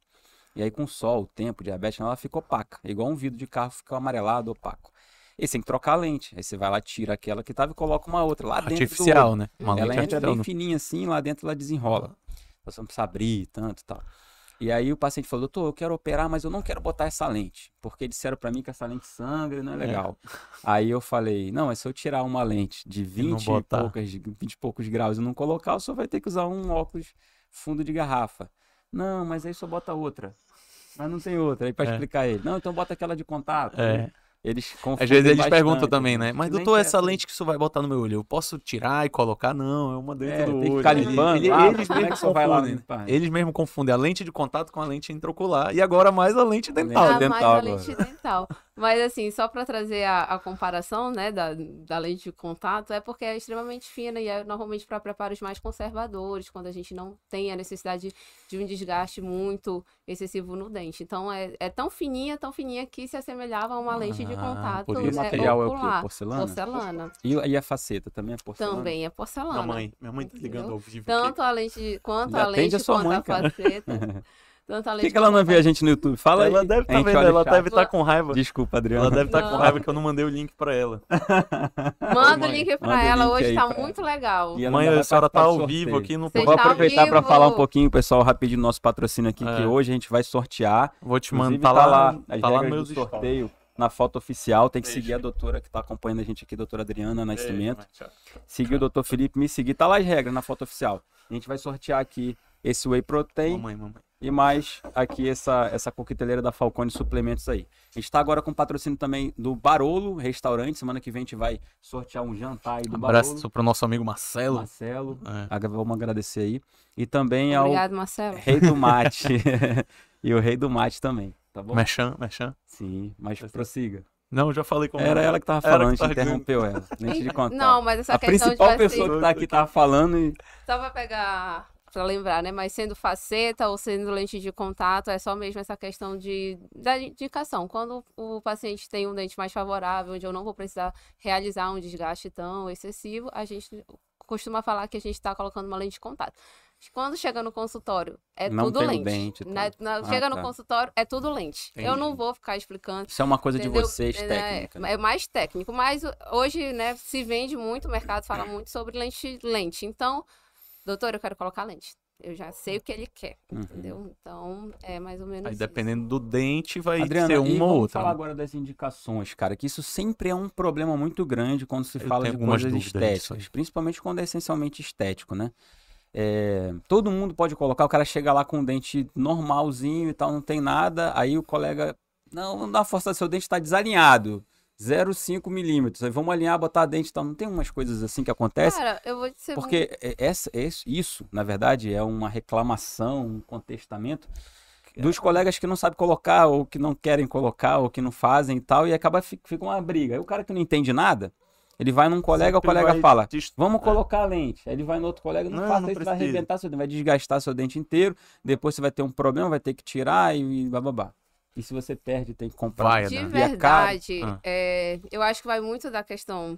E aí com sol, tempo, diabetes, ela fica opaca. É Igual um vidro de carro fica amarelado, opaco. E você tem que trocar a lente. Aí você vai lá, tira aquela que tava e coloca uma outra lá é. dentro. do olho. Artificial, né? Uma Ela lente entra artificial. bem né? fininha assim, lá dentro ela desenrola. Então, Você não precisa abrir e tanto e tal. E aí o paciente falou, doutor, eu quero operar, mas eu não quero botar essa lente. Porque disseram pra mim que essa lente sangra e não é legal. Aí eu falei, não, é se eu tirar uma lente de não 20 e, botar. poucas, 20 e poucos graus e não colocar, o senhor vai ter que usar um óculos fundo de garrafa. Não, mas aí só bota outra. Mas não tem outra. Aí pra É. explicar ele, não, então bota aquela de contato. É. Eles confundem Às vezes eles perguntam bastante, também, gente. né? Mas, Que doutor, é essa lente que o senhor vai botar no meu olho, eu posso tirar e colocar? Não, é uma dentro É, do tem que olho. ficar limpando Ele- lá, eles como é que mesmos só vai lá confundem, né? limpar? Eles mesmo confundem a lente de contato com a lente intraocular e agora mais a lente dental. Ah, dental mais a agora. lente dental. Mas assim, só para trazer a, a comparação, né, da, da lente de contato, é porque é extremamente fina e é normalmente para preparos mais conservadores, quando a gente não tem a necessidade de um desgaste muito excessivo no dente. Então é, é tão fininha, tão fininha que se assemelhava a uma lente de Ah, contato, por E isso. o né, material é o quê? ocular. Porcelana? Porcelana. E, e a faceta também é porcelana? Também é porcelana. Minha mãe, minha mãe tá ligando Entendeu? Então, ao vivo. aqui. Tanto a lente quanto a Atende lente a sua quanto mãe, a cara. faceta. Tanto a Por lente que, que ela não quanto vê a gente no YouTube? Fala Ela aí. deve A estar gente vendo, olha o ela chat. deve estar com raiva. Desculpa, Adriana. Ela tá deve estar com Não. raiva que eu não mandei o link pra ela. Manda o Mãe, link pra manda o ela, link hoje aí tá pra muito legal. E ela Mãe, ainda vai a senhora tá participar do ao vivo sorteio. aqui, não Eu Você vou pode- tá ao aproveitar para vivo. falar um pouquinho, pessoal, rapidinho do nosso patrocínio aqui, É. que hoje a gente vai sortear. Vou te Inclusive, mandar, tá lá, as tá lá regras no meu do sorteio na foto oficial. Tem que seguir a doutora que está acompanhando a gente aqui, doutora Adriana Nascimento. Seguir o doutor Felipe, me seguir. Tá lá as regras na foto oficial. A gente vai sortear aqui esse Whey Protein. Mamãe, mamãe. E mais aqui essa, essa coqueteleira da Falcone Suplementos aí. A gente tá agora com patrocínio também do Barolo Restaurante. Semana que vem a gente vai sortear um jantar aí do Abraço pro nosso amigo Marcelo. Barolo. Marcelo. É. Aga- Vamos agradecer aí. E também ao Obrigado, Marcelo. Rei do Mate. e o Rei do Mate também. Tá bom? Merchan, merchan. Sim, mas prossiga. Não, já falei com Era ela que tava tá- Era que falando, a gente tava interrompeu ela. Nem te de contar. Não, mas essa a questão de principal tipo, pessoa assim, que tá aqui tava falando e. só pra pegar, pra lembrar, né? Mas sendo faceta ou sendo lente de contato, é só mesmo essa questão de da indicação. Quando o paciente tem um dente mais favorável, onde eu não vou precisar realizar um desgaste tão excessivo, a gente costuma falar que a gente está colocando uma tá lente de contato. Quando chega no consultório, é Não tudo tem o lente. dente, tá. Na- na- Ah, chega no tá. consultório, é tudo lente. Eu Entendi. não vou ficar explicando. Isso é uma coisa Entendeu? de vocês, É, técnica. né? É mais técnico, mas o- hoje, né, se vende muito, o mercado fala muito sobre lente, lente. Então, doutor, eu quero colocar lente. Eu já sei o que ele quer, Uhum. entendeu? Então, é mais ou menos Aí isso. dependendo do dente vai Adriana, ser e uma vamos ou outra. falar né? agora das indicações, cara, que isso sempre é um problema muito grande quando se Eu fala tenho de algumas coisas dúvidas disso aí. estéticas, principalmente quando é essencialmente estético, né? É, todo mundo pode colocar, o cara chega lá com um dente normalzinho e tal, não tem nada, aí o colega, não, não dá uma força, seu dente está desalinhado, 0,5 milímetros, aí vamos alinhar, botar dente e tal, não tem umas coisas assim que acontecem? Cara, eu vou te ser Porque é- essa, esse- isso, na verdade, é uma reclamação, um contestamento É. dos colegas que não sabem colocar, ou que não querem colocar, ou que não fazem e tal, e acaba fi- fica uma briga. Aí o cara que não entende nada, ele vai num colega, o Sempre colega vai fala, dest- vamos é. colocar a lente. Aí ele vai no outro colega, não, Não, faça não isso, vai precisa. arrebentar seu dente, vai desgastar seu dente inteiro, depois você vai ter um problema, vai ter que tirar e bababá. E se você perde, tem que comprar. Vai, De né? E a cara- verdade, Ah. é, eu acho que vai muito da questão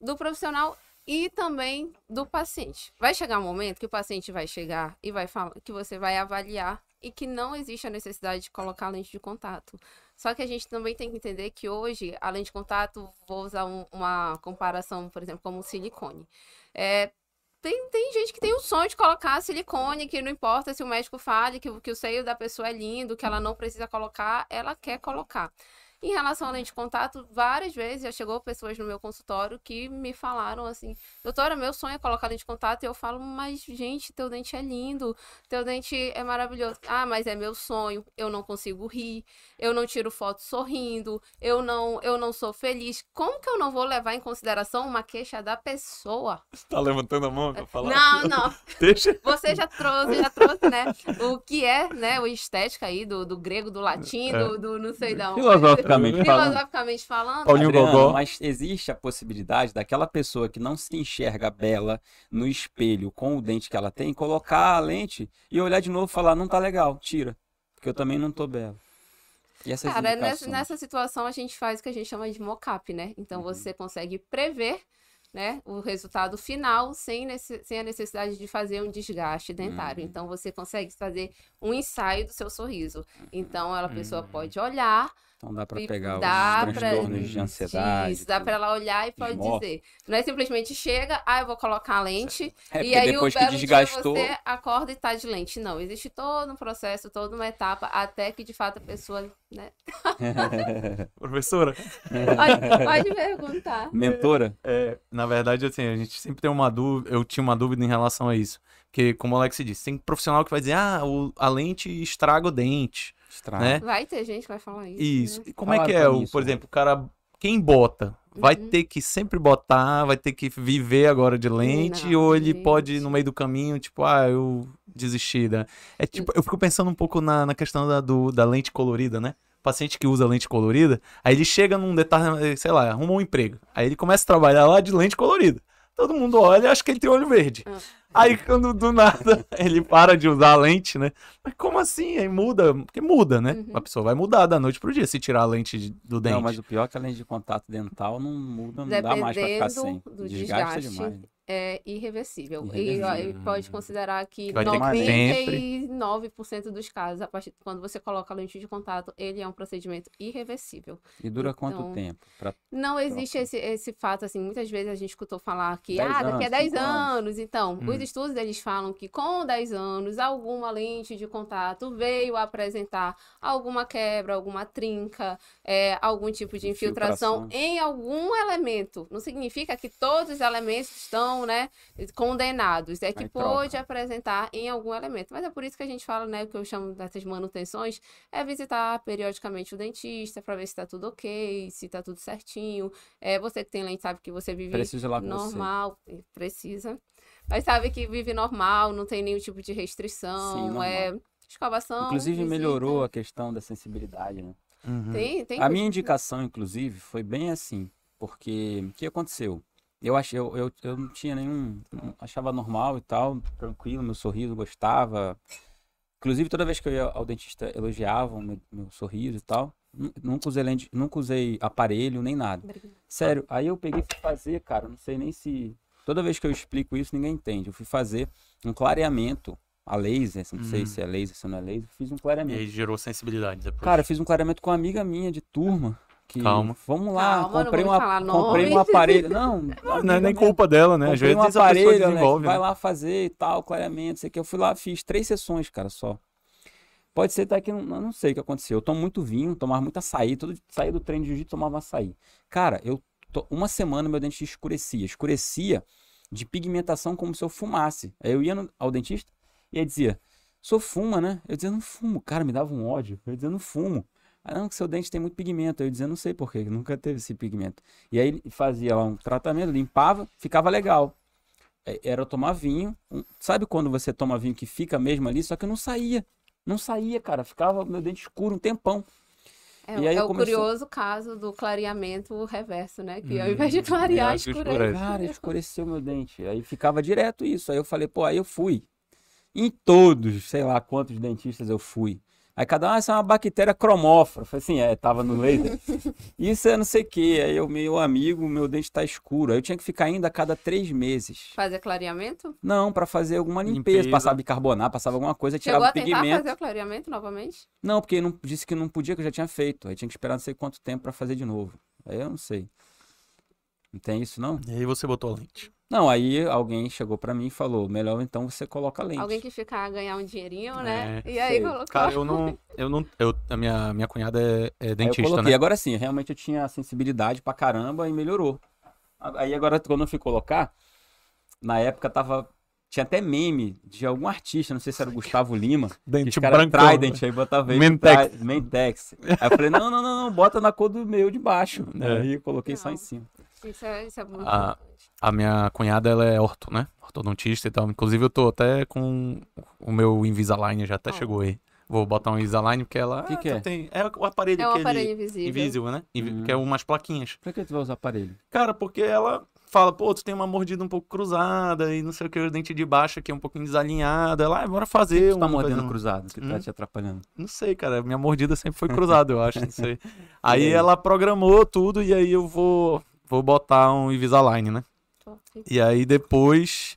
do profissional e também do paciente. Vai chegar um momento que o paciente vai chegar e vai falar que você vai avaliar e que não existe a necessidade de colocar lente de contato. Só que a gente também tem que entender que hoje a lente de contato, vou usar um- uma comparação, por exemplo, como silicone. É, tem, tem gente que tem o sonho de colocar silicone, que não importa se o médico fale que, o- que o seio da pessoa é lindo, que ela não precisa colocar, ela quer colocar. Em relação à lente de contato, várias vezes já chegou pessoas no meu consultório que me falaram assim, doutora, meu sonho é colocar lente de contato, e eu falo, mas gente, teu dente é lindo, teu dente é maravilhoso. Ah, mas é meu sonho, eu não consigo rir, eu não tiro foto sorrindo, eu não, eu não sou feliz. Como que eu não vou levar em consideração uma queixa da pessoa? Você tá levantando a mão pra falar? Não, não. Deixa. Você já trouxe, já trouxe, né? O que é, né? O estética aí do, do grego, do latim, do, do não sei da onde. Filosoficamente falando. Filosoficamente falando. Paulinho Adriano, Gogó. mas existe a possibilidade daquela pessoa que não se enxerga bela no espelho com o dente que ela tem, colocar a lente e olhar de novo e falar, não tá legal, tira. Porque eu também não tô bela. E essas Cara, nessa, indicações? nessa situação a gente faz o que a gente chama de mocap, né? Uhum. Então você consegue prever né, o resultado final sem, nesse- sem a necessidade de fazer um desgaste dentário. Uhum. Então você consegue fazer um ensaio do seu sorriso. Uhum. Então Hum. ela- a pessoa pode olhar, Então dá pra e pegar dá os pra- transtornos de ansiedade. isso, dá tudo. pra ela olhar e pode Esmorta. dizer. Não é simplesmente chega, ah, eu vou colocar a lente, É, e porque aí depois o que belo desgastou, dia você acorda e tá de lente. Não, existe todo um processo, toda uma etapa, até que de fato a pessoa, né? Professora, Pode, pode perguntar. mentora, É, na verdade, assim, a gente sempre tem uma dúvida, eu tinha uma dúvida em relação a isso. Porque, como o Alex disse, tem profissional que vai dizer, ah, o- a lente estraga o dente, estraga. né? Vai ter gente que vai falar isso. Isso. né? E como é Falaram que é? pra mim O, isso, por né? exemplo, o cara, quem bota, vai Uhum. ter que sempre botar, vai ter que viver agora de lente, Não, ou ele pode, gente. no meio do caminho, tipo, ah, eu desisti, né? É tipo, eu fico pensando um pouco na, na questão da, do- da lente colorida, né? Paciente que usa lente colorida, aí ele chega num detalhe, sei lá, arruma um emprego. Aí ele começa a trabalhar lá de lente colorida. Todo mundo olha e acha que ele tem olho verde. Ah. Aí quando do nada ele para de usar a lente, né? Mas como assim? Aí muda, porque muda, né? Uhum. A pessoa vai mudar da noite pro dia se tirar a lente de- do dente. Não, mas o pior é que a lente de contato dental não muda, não dá mais pra ficar Dependendo sem. do Desgasta desgaste, demais. É irreversível. E, Irreversível. ó, e pode considerar que Vai ter que 99% dos casos, a partir de quando você coloca a lente de contato, ele é um procedimento irreversível. E dura quanto Então, tempo? Pra... Não existe esse, esse fato, assim, muitas vezes a gente escutou falar que, Dez ah, daqui a anos, 10 cinco anos. anos. Então, Hum. os estudos, eles falam que com 10 anos, alguma lente de contato veio a apresentar alguma quebra, alguma trinca, é, algum tipo de infiltração, Infiltração. em algum elemento. Não significa que todos os elementos estão, né, condenados. É que Aí Tá troca. pode apresentar em algum elemento. Mas é por isso que a gente fala, né, o que eu chamo dessas manutenções, é visitar periodicamente o dentista para ver se tá tudo ok, se tá tudo certinho. É, você que tem lente sabe que você vive Preciso ir lá com você. normal, eh, precisa. Mas sabe que vive normal, não tem nenhum tipo de Sim, restrição, normal. é escovação. Inclusive visita. melhorou a questão da sensibilidade, né? Uhum. Tem, tem. A minha indicação, inclusive, foi bem assim, porque o que aconteceu? Eu achei, eu, eu, eu não tinha nenhum, achava normal e tal, tranquilo, meu sorriso gostava. Inclusive, toda vez que eu ia ao dentista, elogiavam meu, meu sorriso e tal. Nu- Nunca usei lente, nunca usei aparelho nem nada. Obrigada. Sério, aí eu peguei e fui fazer, cara, não sei nem se Toda vez que eu explico isso, ninguém entende. Eu fui fazer um clareamento a laser, não sei Hum. se é laser, se não é laser, fiz um E clareamento. aí gerou sensibilidade depois. Cara, eu fiz um clareamento com uma amiga minha de turma. Que, Calma. Vamos lá, Calma, não Ah, comprei, vamos falar uma, comprei um nomes. aparelho. Não, Não, não amiga é nem minha. culpa dela, né? Às Comprei vezes um a pessoa aparelho, Alex, desenvolve. vai né? lá fazer e tal, clareamento, sei que. Eu fui lá, fiz três sessões, cara, só. Pode ser tá, que eu não, eu não sei o que aconteceu. Eu tomo muito vinho, tomava muito açaí, todo saía do treino de jiu-jitsu, tomava açaí. Cara, eu to- uma semana meu dente escurecia, escurecia de pigmentação como se eu fumasse. Aí eu ia no- ao dentista e ele dizia: "Sou fuma, né?" Eu dizia: "Não fumo". Cara, me dava um ódio. Eu dizia: "Não fumo". Ah, não, que seu dente tem muito pigmento. Eu dizia, não sei porquê, nunca teve esse pigmento. E aí fazia lá um tratamento, limpava, ficava legal. É, Era eu tomar vinho. um- Sabe quando você toma vinho que fica mesmo ali? Só que eu não saía. Não saía, cara. Ficava meu dente escuro um tempão. É, E aí é o começou- curioso caso do clareamento reverso, né? Que ao Hum, invés de é, clarear, acho que escurece. escurece. Cara, escureceu meu dente. Aí ficava direto isso. Aí eu falei, pô, aí eu fui. Em todos, sei lá quantos dentistas eu fui. Aí cada um, ah, isso é uma bactéria cromófora. Eu Falei assim, é, tava no laser. Isso é não sei o quê. Aí eu, meu amigo, meu dente tá escuro. Aí eu tinha que ficar ainda a cada três meses. Fazer clareamento? Não, pra fazer alguma limpeza, Limpeza. passava bicarbonato, passava alguma coisa, Chegou tirava a o tentar pigmento. fazer o clareamento novamente? Não, porque não disse que não podia, que eu já tinha feito. Aí tinha que esperar não sei quanto tempo pra fazer de novo. Aí eu não sei. Não tem isso, não? E aí você botou a lente. Não, aí alguém chegou pra mim e falou: melhor então você coloca lente. Alguém que ficar ganhar um dinheirinho, né? É, e aí sei. colocou. Cara, eu não. Eu não eu, a minha, minha cunhada é, é Aí eu dentista, coloquei. né? Agora sim, realmente eu tinha sensibilidade pra caramba e melhorou. A- Aí agora, quando eu fui colocar, na época tava. Tinha até meme de algum artista, não sei se era o Gustavo Lima. Que os Dente né? caras branco. é Trident, aí botava ele Mentex. Tri- Mentex. Aí eu falei, não, não, não, não, bota na cor do meio de baixo. É. Aí eu coloquei só em Não. cima. Isso é, isso é muito Ah. importante. A minha cunhada, ela é orto, né? Ortodontista e tal. Inclusive, eu tô até com o meu Invisalign, já até Ah. chegou aí. Vou botar um Invisalign, porque ela. Que que tu é? Tem... É o aparelho É um que aparelho ele... invisível. Invisível, né? Invi- Hum. Que é umas plaquinhas. Pra que tu vai usar aparelho? Cara, porque ela fala, pô, tu tem uma mordida um pouco cruzada e não sei o que, o dente de baixo aqui é um pouquinho desalinhado. Ela, ah, bora fazer. Tu tá um- mordendo fazer um- cruzado, que tá Hum? te atrapalhando. Não sei, cara. Minha mordida sempre foi cruzada, eu acho, não sei. Aí E aí? ela programou tudo e aí eu vou, vou botar um Invisalign, né? Top. E aí depois,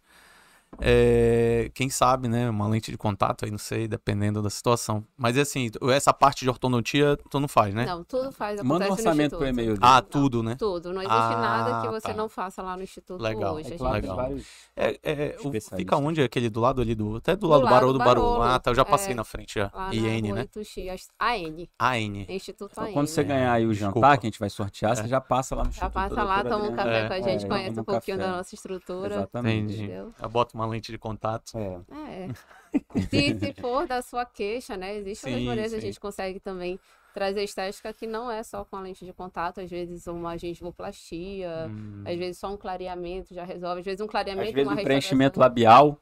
é, quem sabe, né? Uma lente de contato aí, não sei, dependendo da situação. Mas assim, tu- essa parte de ortodontia tu não faz, né? Não, tudo faz, Manda um acontece no orçamento pro Instituto. e-mail dele. Ah, Não. tudo, né? Tudo, não existe Ah, nada que você tá. não faça lá no Instituto Legal. hoje. É A claro, gente tem Ah, legal. vários- É, é, o- Especialista. fica onde? Aquele do lado ali do. Até do lado do, Barolo do Barolo. Ah, tá. Eu já passei é, na frente já. lá na IN, rua né? Ituxi, as- AN, AN. Instituto Então, AN. quando você ganhar aí o Desculpa. jantar que a gente vai sortear, É. você já passa lá no é. Já Instituto passa lá, Doutora toma um Adriana. café com a gente, É, conhece toma um pouquinho café. da nossa estrutura. Exatamente. Entendi. Entendeu? Eu boto uma lente de contato. É. É. se, se for da sua queixa, né? Existem Sim, umas maneiras que a sim. gente consegue também trazer estética que não é só com a lente de contato, às vezes um uma gengivoplastia, Hum. às vezes só um clareamento já resolve, às vezes um clareamento, Às vezes uma né? um preenchimento restauração. labial.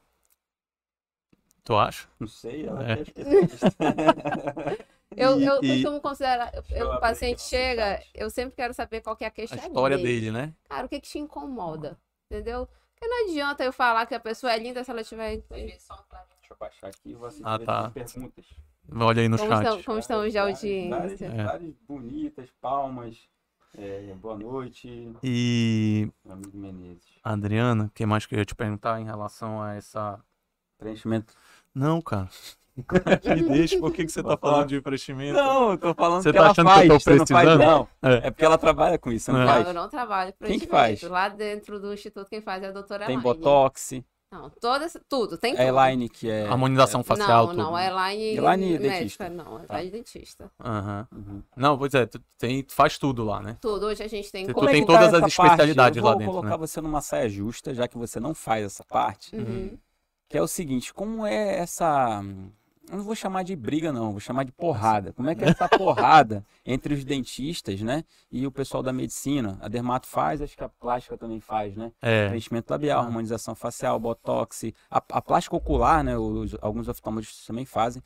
Tu acha? Não sei, ela É. é. especialista. Eu, E- eu e- costumo considerar, eu- eu eu- o abrir paciente aqui no chega, site. eu sempre quero saber qual que é a queixa A história dele. dele, né? Cara, o que que te incomoda? Entendeu? Porque não adianta eu falar que a pessoa é linda se ela tiver. um Deixa eu baixar aqui e vou assistir Ah, as tá. perguntas. Olha aí no Como chat. estão- como estamos de Várias, É. audiência. Várias, várias bonitas, palmas. É, boa noite, E, meu amigo Menezes. Adriana, o que mais que eu ia te perguntar em relação a essa. Preenchimento. Não, cara. Me deixa, por que, que você tá Boa falando tarde. de preenchimento? Não, eu tô falando Você que tá ela achando que faz, eu tô você não faz, precisando? não. É. É. porque ela trabalha com isso, você não É. Não, faz. eu não trabalho com Quem que preenchimento. faz? Lá dentro do instituto, quem faz é a doutora Tem Elaine. botox, Não, todas, tudo, tem tudo. é Elaine que é... Harmonização facial, Não, tudo. não, a Elaine, Elaine é médica, dentista. não, Tá. Elaine é dentista. Aham. Uhum. Não, pois é, tu tem, tu faz tudo lá, né? Tudo, hoje a gente tem Tu cor- Como é tem que todas tá as essa especialidades parte? Eu vou lá dentro, colocar né? você numa saia justa, já que você não faz essa parte. Uhum. Que é o seguinte, como é essa... hum, Eu não vou chamar de briga, não. Vou chamar de porrada. Como é que é essa porrada entre os dentistas, né? E o pessoal da medicina. A dermato faz, acho que a plástica também faz, né? É. Preenchimento labial, harmonização facial, botox. A, a plástica ocular, né? Os, alguns oftalmologistas também fazem.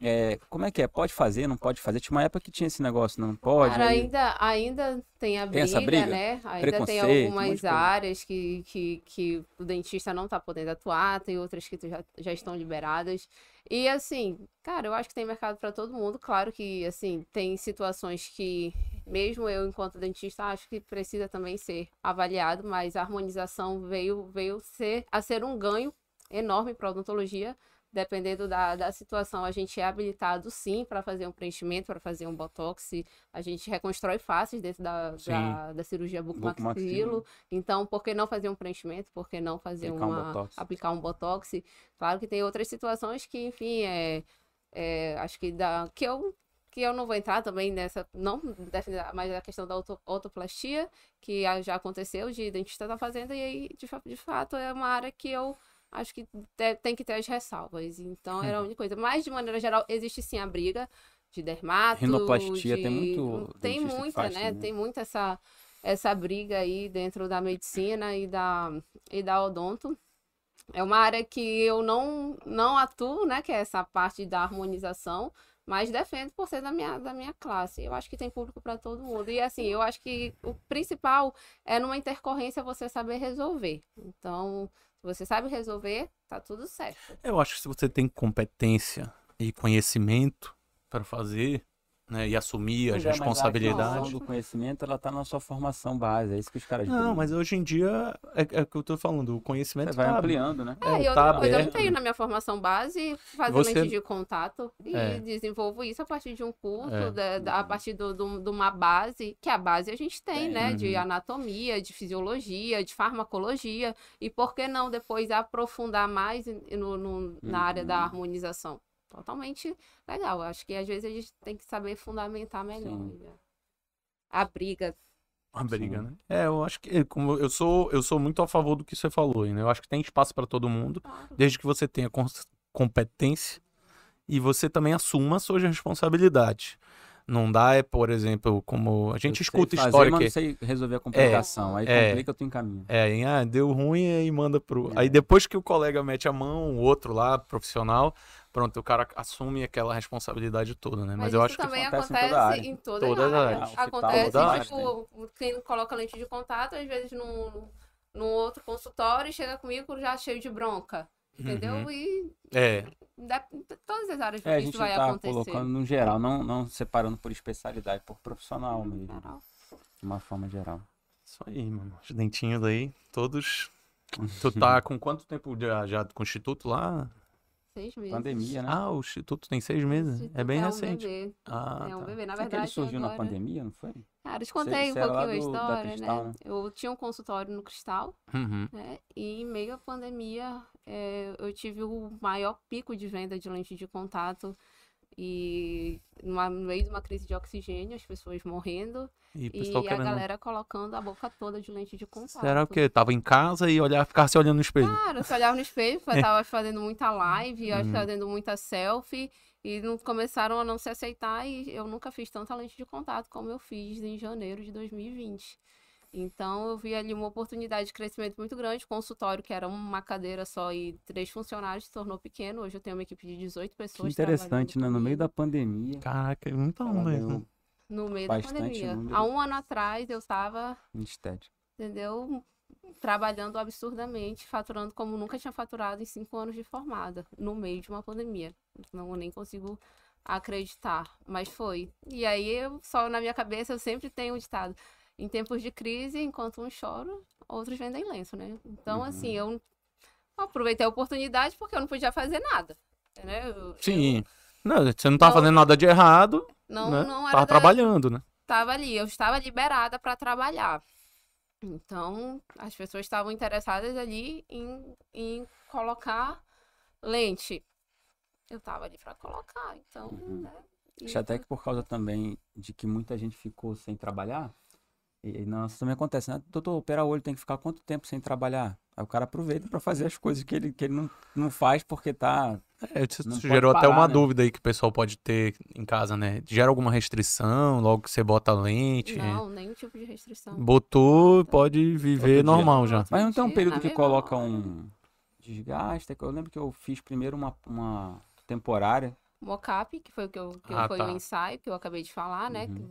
É, como é que é? Pode fazer, não pode fazer? Tinha uma época que tinha esse negócio, não pode. Cara, aí- ainda, ainda tem a Tem essa briga, briga? né? Ainda tem Preconceito, um monte de algumas coisa. áreas que, que, que o dentista não tá podendo atuar, tem outras que tu já, já estão liberadas. E assim, cara, eu acho que tem mercado para todo mundo. Claro que, assim, tem situações que Mesmo eu, enquanto dentista, acho que precisa também ser avaliado, mas a harmonização veio, veio ser, a ser um ganho enorme para a odontologia. Dependendo da, da situação, a gente é habilitado sim para fazer um preenchimento, para fazer um botox. e A gente reconstrói faces dentro da, Sim. da, da cirurgia bucomaxilo. Bucomaxilo. Então, por que não fazer um preenchimento? Por que não fazer Aplicar um uma- botox. aplicar um botox? Claro que tem outras situações que, enfim, é, é, acho que dá, que eu que eu não vou entrar também nessa, não defender, mas a questão da auto, autoplastia, que a- já aconteceu, de dentista tá fazendo, e aí, de, fa- de fato, é uma área que eu acho que te- tem que ter as ressalvas. Então, era a Hum. única coisa. Mas, de maneira geral, existe sim a briga de dermato. Rinoplastia, de- tem muito Tem dentista que muita, faz né? também. Tem muita essa, essa briga aí dentro da medicina e da, e da odonto. É uma área que eu não, não atuo, né? Que é essa parte da harmonização, mas defendo por ser da minha, da minha classe. Eu acho que tem público para todo mundo. E assim, eu acho que o principal é numa intercorrência você saber resolver. Então, se você sabe resolver, tá tudo certo. Eu acho que se você tem competência e conhecimento para fazer, né, e assumir as Pois é, mas a responsabilidades. questão do conhecimento, ela tá na sua formação base. É isso que os caras Não, brigam. mas hoje em dia é, é o que eu tô falando, o Você conhecimento vai tá- ampliando, né? É, e tá outra coisa, eu aberto, me tenho na minha formação base, fazendo Você- lente de contato, e É. desenvolvo isso a partir de um curso, É. da- da- a partir do- do- de uma base, que a base a gente tem, Tem. né? De Uhum. anatomia, de fisiologia, de farmacologia, e por que não depois aprofundar mais em- no- no- na área da Uhum. harmonização? Totalmente legal. Acho que às vezes a gente tem que saber fundamentar melhor. Sim. né? A briga. Uma briga, Sim. né? É, eu acho que como eu sou eu sou muito a favor do que você falou, né? Eu acho que tem espaço para todo mundo, Claro. desde que você tenha cons- competência e você também assuma as suas responsabilidades. Não dá é, por exemplo, como a gente Eu sei escuta fazer, história mas que não sei resolver a complicação. Aí é. complica, eu tô em caminho. É, em, ah, deu ruim e manda pro. É. Aí depois que o colega mete a mão, o outro lá, profissional, pronto, o cara assume aquela responsabilidade toda, né? Mas, Mas, eu isso acho que. também acontece em acontece toda a área. em toda, Todas a as área. áreas. Hospital, Acontece, toda a área. tipo, quem coloca lente de contato, às vezes num, num outro consultório, chega comigo já cheio de bronca. Entendeu? Uhum. E É, da- em t- todas as áreas É, a isso gente vai tá acontecer. colocando no geral, não, não separando por especialidade, por profissional mesmo, Geral. de uma forma geral. isso aí, mano. Os dentinhos aí, todos. Tu tá com quanto tempo já, já com o Instituto lá? Seis meses. Pandemia, né? Ah, o Instituto tem seis meses? Isso É bem um recente. bebê, Ah, é um tá. bebê. Será Na que ele verdade, surgiu agora... na pandemia, não foi? Cara, eu te contei um Você era lá pouquinho a do- da história, Cristal, né? né? Eu tinha um consultório no Cristal, Uhum. né? E em meio à pandemia, eh, eu tive o maior pico de venda de lente de contato e numa- no meio de uma crise de oxigênio, as pessoas morrendo E o e pessoal a querendo. galera colocando a boca toda de lente de contato. Será que tava em casa e olhar, ficava se olhando no espelho? Cara, eu só olhava no espelho, É. eu tava fazendo muita live, eu Uhum. tava fazendo muita selfie e não começaram a não se aceitar e eu nunca fiz tanta lente de contato como eu fiz em janeiro de 2020. Então eu vi ali uma oportunidade de crescimento muito grande, o consultório que era uma cadeira só e três funcionários se tornou pequeno. Hoje eu tenho uma equipe de 18 Que pessoas interessante, né? trabalhando No meio da comigo. pandemia, Caraca, é muito ela onda isso, né? ganhou no meio bastante da pandemia. número. Há um ano atrás eu estava um estético. entendeu? Trabalhando absurdamente, faturando como nunca tinha faturado em cinco anos de formada, no meio de uma pandemia. Não nem consigo acreditar, mas foi. E aí, eu, só na minha cabeça, eu sempre tenho o ditado: em tempos de crise, enquanto uns choram, outros vendem lenço, né? Então, Uhum. assim, eu aproveitei a oportunidade porque eu não podia fazer nada. Né? Eu- Sim. Não, você não tá Não. fazendo nada de errado, Não, né? não era Tava da- trabalhando, né? estava ali, eu estava liberada para trabalhar. Então, as pessoas estavam interessadas ali em, em colocar lente. Eu estava ali para colocar, então. Uhum. né? E- Acho até que por causa também de que muita gente ficou sem trabalhar, e e não, isso também acontece, né? Doutor, operar o olho tem que ficar quanto tempo sem trabalhar? Aí o cara aproveita pra fazer as coisas que ele, que ele não, não faz porque tá. É, isso Não pode gerou até parar, uma né? dúvida aí que o pessoal pode ter em casa, né? Gera alguma restrição logo que você bota a lente. é. Não, nenhum tipo de restrição. Botou, pode viver dia. normal já. Mas não tem um Mentira, período que mesmo, coloca olha. um desgaste. que Eu lembro que eu fiz primeiro uma, uma temporária. Mocap, que foi o que, eu, que Ah, foi tá. o ensaio que eu acabei de falar, né? Que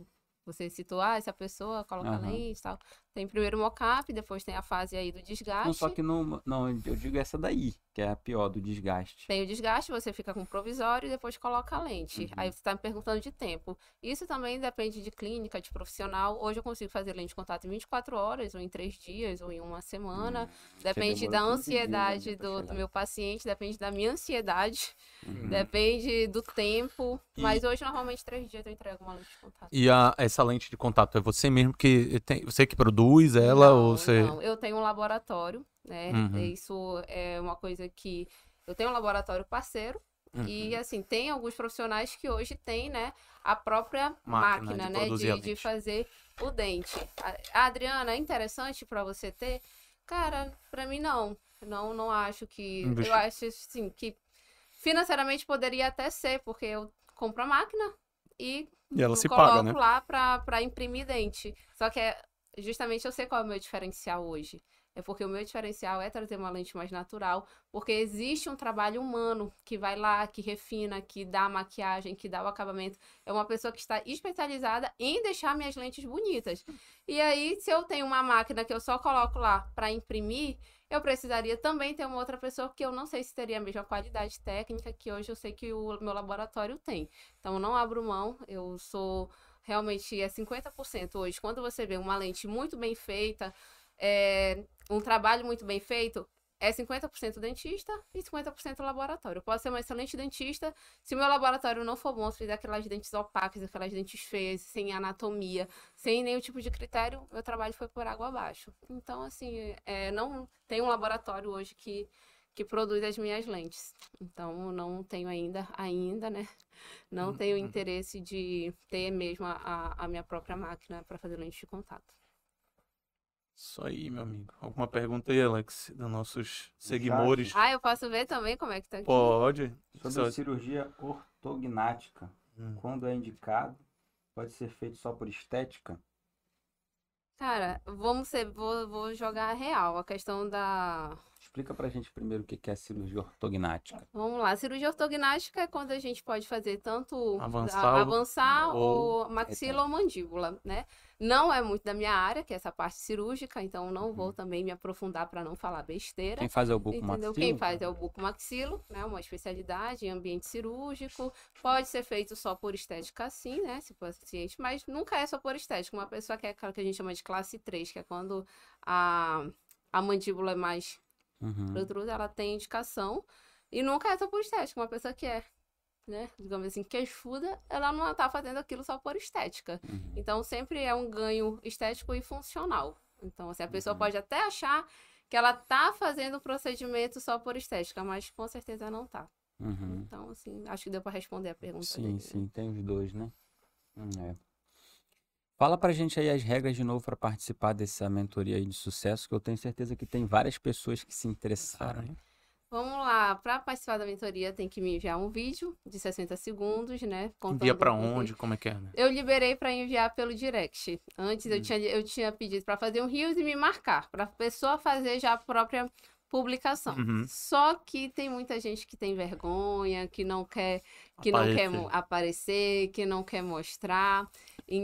você citou, ah, essa pessoa coloca Uhum. Aham. lente e tal. Tem primeiro o mockup, depois tem a fase aí do desgaste. Não, só que não, não, eu digo essa daí, que é a pior, do desgaste. Tem o desgaste, você fica com o provisório e depois coloca a lente. Uhum. Aí você está me perguntando de tempo. Isso também depende de clínica, de profissional. Hoje eu consigo fazer lente de contato em 24 horas, ou em 3 dias, ou em uma Hum. semana. depende da demorou 15 dias ainda pra ansiedade do, chegar. Uhum. do meu paciente, depende da minha ansiedade, depende do tempo. Mas hoje, normalmente, 3 dias eu entrego uma lente de contato. E a, essa lente de contato é você mesmo que tem, você que produz ela Não, ou você não. Eu tenho um laboratório, né? Uhum. Isso é uma coisa que eu tenho um laboratório parceiro Uhum. e assim tem alguns profissionais que hoje têm, né, a própria Máquina máquina, de né, produzir a de, de lente. fazer o dente. A- A, Adriana, é interessante para você ter? Cara, para mim não. Não, não acho que Investi- eu acho assim que financeiramente poderia até ser, porque eu compro a máquina e e ela eu se coloco paga, né? lá pra, pra imprimir dente. Só que é, justamente eu sei qual é o meu diferencial hoje. É porque o meu diferencial é trazer uma lente mais natural, porque existe um trabalho humano que vai lá, que refina, que dá a maquiagem, que dá o acabamento. É uma pessoa que está especializada em deixar minhas lentes bonitas. E aí, se eu tenho uma máquina que eu só coloco lá pra imprimir, eu precisaria também ter uma outra pessoa que eu não sei se teria a mesma qualidade técnica que hoje eu sei que o meu laboratório tem. Então, eu não abro mão, eu sou realmente é 50% hoje. Quando você vê uma lente muito bem feita, é, um trabalho muito bem feito, é 50% dentista e 50% laboratório. Eu posso ser uma excelente dentista, se meu laboratório não for bom, se fizer aquelas dentes opacas, aquelas dentes feias, sem anatomia, sem nenhum tipo de critério, meu trabalho foi por água abaixo. Então, assim, é, não tem um laboratório hoje que que produz as minhas lentes. Então, não tenho ainda, ainda, né? Não tenho interesse de ter mesmo a- a, a minha própria máquina para fazer lente de contato. Isso aí, meu amigo. Alguma pergunta aí, Alex, dos nossos seguidores? Ah, eu posso ver também como é que tá aqui. Pode. Sobre Sobre cirurgia ortognática, Hum. quando é indicado, pode ser feito só por estética? Cara, vamos ser, vou, vou jogar a real. A questão da. Explica pra gente primeiro o que que é cirurgia ortognática. Vamos lá, cirurgia ortognática é quando a gente pode fazer tanto Avançar a- ou- avançar ou- ou maxila ou mandíbula, né? Não é muito da minha área, que é essa parte cirúrgica, então não Uhum. vou também me aprofundar para não falar besteira. Quem faz é o bucomaxilo? Entendeu? Quem faz é o bucomaxilo, né? Uma especialidade em ambiente cirúrgico. Pode ser feito só por estética, sim, né? Se for paciente, mas nunca é só por estética. Uma pessoa que é aquela que a gente chama de classe 3, que é quando a, a mandíbula é mais Uhum. protrusa, ela tem indicação. E nunca é só por estética. Uma pessoa que é, né? Digamos assim, queixuda, ela não tá fazendo aquilo só por estética. Uhum. Então sempre é um ganho estético e funcional. Então, assim, a pessoa pode até achar que ela tá fazendo o procedimento só por estética, mas com certeza não tá. Uhum. Então, assim, acho que deu para responder a pergunta Sim, dele. sim, tem os dois, né? Hum, É. Fala pra gente aí as regras de novo para participar dessa mentoria aí de sucesso, que eu tenho certeza que tem várias pessoas que se interessaram. Vamos lá, para participar da mentoria tem que me enviar um vídeo de 60 segundos, né? Envia contando pra o que- onde? Como é que é, né? Eu liberei para enviar pelo direct. Antes eu, tinha, eu tinha pedido para fazer um Reels e me marcar, para a pessoa fazer já a própria publicação. Uhum. Só que tem muita gente que tem vergonha, que não quer, que não quer mo- aparecer, que não quer mostrar.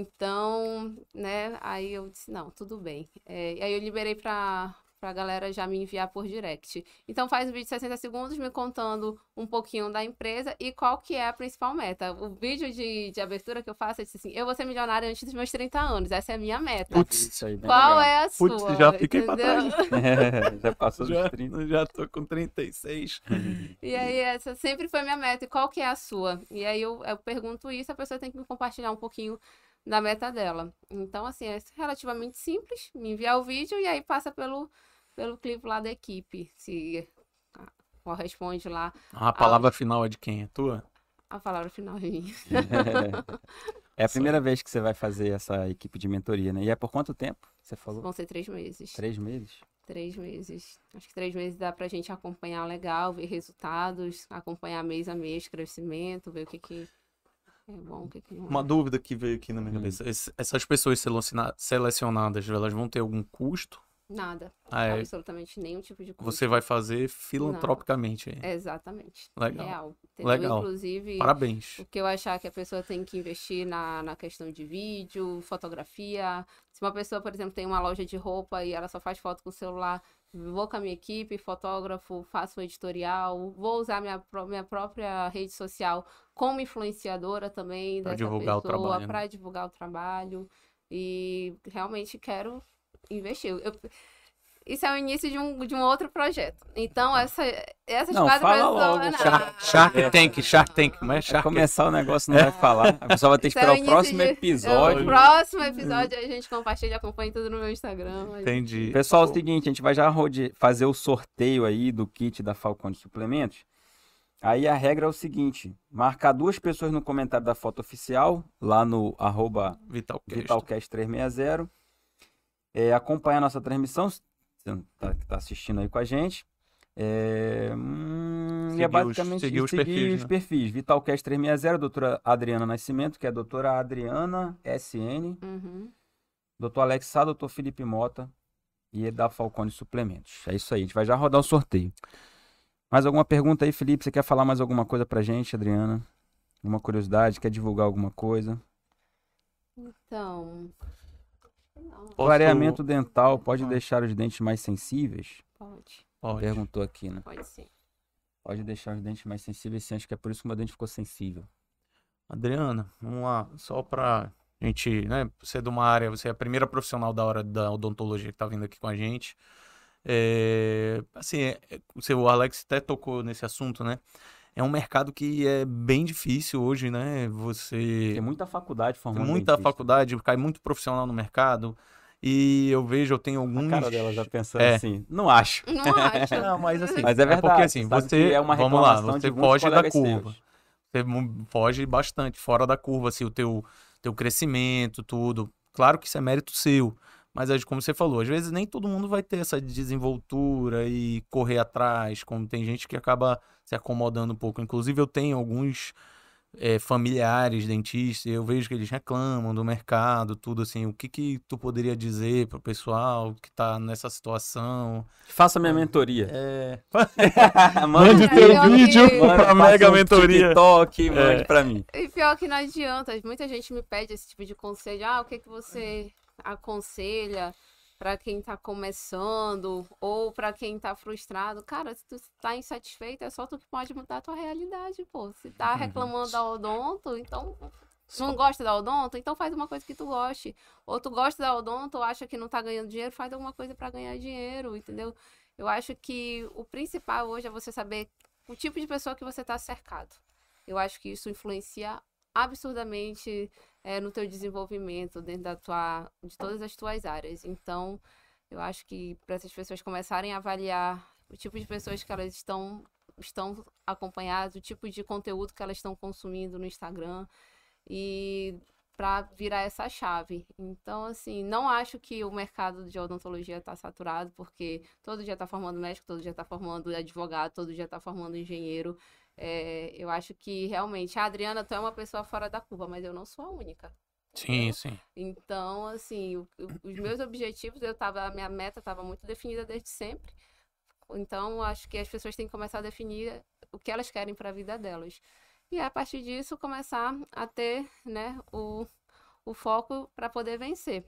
Então, né, aí eu disse, não, tudo bem. É, e aí eu liberei para pra galera já me enviar por direct. Então faz um vídeo de 60 segundos me contando um pouquinho da empresa e qual que é a principal meta. O vídeo de, de abertura que eu faço é disse assim, eu vou ser milionária antes dos meus 30 anos, essa é a minha meta. Putz, Isso aí, bem qual legal. é a sua? Putz, já fiquei pra entendeu? Já passou dos já, 30. já tô com 36. E aí, essa sempre foi minha meta. E qual que é a sua? E aí, eu, eu pergunto isso, a pessoa tem que me compartilhar um pouquinho da meta dela. Então, assim, é relativamente simples. Me enviar o vídeo e aí passa pelo, pelo clipe lá da equipe. Se ah, corresponde lá A palavra final é de quem? É tua? a palavra final de mim. É a primeira vez que você vai fazer essa equipe de mentoria, né? E é por quanto tempo? Você falou? Vão ser três meses. Três meses? Três meses. Acho que três meses dá pra gente acompanhar legal, ver resultados, acompanhar mês a mês, crescimento, ver o que que é bom, o que que não é. Uma dúvida que veio aqui na minha Hum. cabeça. Esse- Essas pessoas selociona- selecionadas, elas vão ter algum custo? Nada. Ah, é. Absolutamente nenhum tipo de coisa. Você vai fazer filantropicamente. aí. Exatamente. Legal. Real. entendeu? Legal. Inclusive, Parabéns. o que eu achar que a pessoa tem que investir na, na questão de vídeo, fotografia. Se uma pessoa, por exemplo, tem uma loja de roupa e ela só faz foto com o celular, vou com a minha equipe, fotógrafo, faço um editorial, vou usar minha, pró- minha própria rede social como influenciadora também Pra dessa divulgar o pessoa, trabalho, né? para divulgar o trabalho. E realmente quero investir. Eu- isso é o início de um, de um outro projeto. Então, essa, essas Não, quatro fala pessoas. né? logo, Não, Shark, Shark não, Tank, não, Shark não. Tank, como é Vai Shark começar o negócio, não vai falar. A pessoa vai ter que Isso Ah. é esperar o o início próximo de- episódio. O próximo episódio a gente compartilha, acompanha tudo no meu Instagram. A gente- Entendi. Pessoal, é o seguinte, a gente vai já rode- fazer o sorteio aí do kit da Falcão de Suplementos. Aí a regra é o seguinte: marcar duas pessoas no comentário da foto oficial, lá no arroba Vital Cast. Vitalcast360. É, acompanhar nossa transmissão, se você não tá, que tá assistindo aí com a gente. É, hum, e Seguir é os- basicamente isso, seguir os perfis, né? perfis. Vitalcast 360, doutora Adriana Nascimento, que é a doutora Adriana SN, Uhum. doutor Alex Sá, doutor Felipe Mota e é da Falcone Suplementos. É isso aí, a gente vai já rodar o sorteio. Mais alguma pergunta aí, Felipe? Você quer falar mais alguma coisa pra gente, Adriana? Alguma curiosidade? Quer divulgar alguma coisa? Então. Não, Posso- Ah. Clareamento dental pode deixar os dentes mais sensíveis? pode. Pode. Perguntou aqui, né? Pode sim. Pode deixar os dentes mais sensíveis, sim. Acho que é por isso que meu dente ficou sensível. Adriana, vamos lá, só pra gente, né, você é de uma área, você é a primeira profissional da hora da odontologia que tá vindo aqui com a gente. É, assim, é, é, o seu Alex até tocou nesse assunto, né? É um mercado que é bem difícil hoje, né? Você Tem muita faculdade tem formando muita dentista. faculdade, cai muito profissional no mercado e eu vejo, eu tenho A alguns cara dela já pensando É. assim, não acho. Não acho. Não, mas assim, Mas é verdade. porque assim, sabe você, que é uma vamos lá, reclamação de você muitos foge da colegas curva. seus. você mu- foge bastante fora da curva, assim, o teu, teu crescimento, tudo. Claro que isso é mérito seu, mas é como você falou, às vezes nem todo mundo vai ter essa desenvoltura e correr atrás, como tem gente que acaba se acomodando um pouco. Inclusive, eu tenho alguns eh, familiares dentistas, eu vejo que eles reclamam do mercado, tudo assim. O que que tu poderia dizer pro pessoal que tá nessa situação? Faça minha mentoria. É... mande teu vídeo pra faça Mega um Mentoria. É. TikTok, mande pra mim. E pior que não adianta, muita gente me pede esse tipo de conselho. Ah, o que, que você aconselha para quem tá começando ou para quem tá frustrado? Cara, se tu tá insatisfeito, é só tu que pode mudar a tua realidade, pô. Se tá reclamando da odonto, então não gosta da odonto, então faz uma coisa que tu goste. Ou tu gosta da odonto, ou acha que não tá ganhando dinheiro, faz alguma coisa para ganhar dinheiro, entendeu? Eu acho que o principal hoje é você saber o tipo de pessoa que você tá cercado. Eu acho que isso influencia absurdamente eh, no teu desenvolvimento dentro da tua, de todas as tuas áreas. Então, eu acho que para essas pessoas começarem a avaliar o tipo de pessoas que elas estão estão acompanhadas, o tipo de conteúdo que elas estão consumindo no Instagram e para virar essa chave. Então, assim, não acho que o mercado de odontologia está saturado, porque todo dia está formando médico, todo dia está formando advogado, todo dia está formando engenheiro. É, eu acho que realmente, a Adriana, tu é uma pessoa fora da curva, mas eu não sou a única. Sim, sim. Então, assim, o- o- os meus objetivos, eu tava, a minha meta estava muito definida desde sempre. Então, acho que as pessoas têm que começar a definir o que elas querem para a vida delas. E a partir disso, começar a ter, né, o, o foco para poder vencer.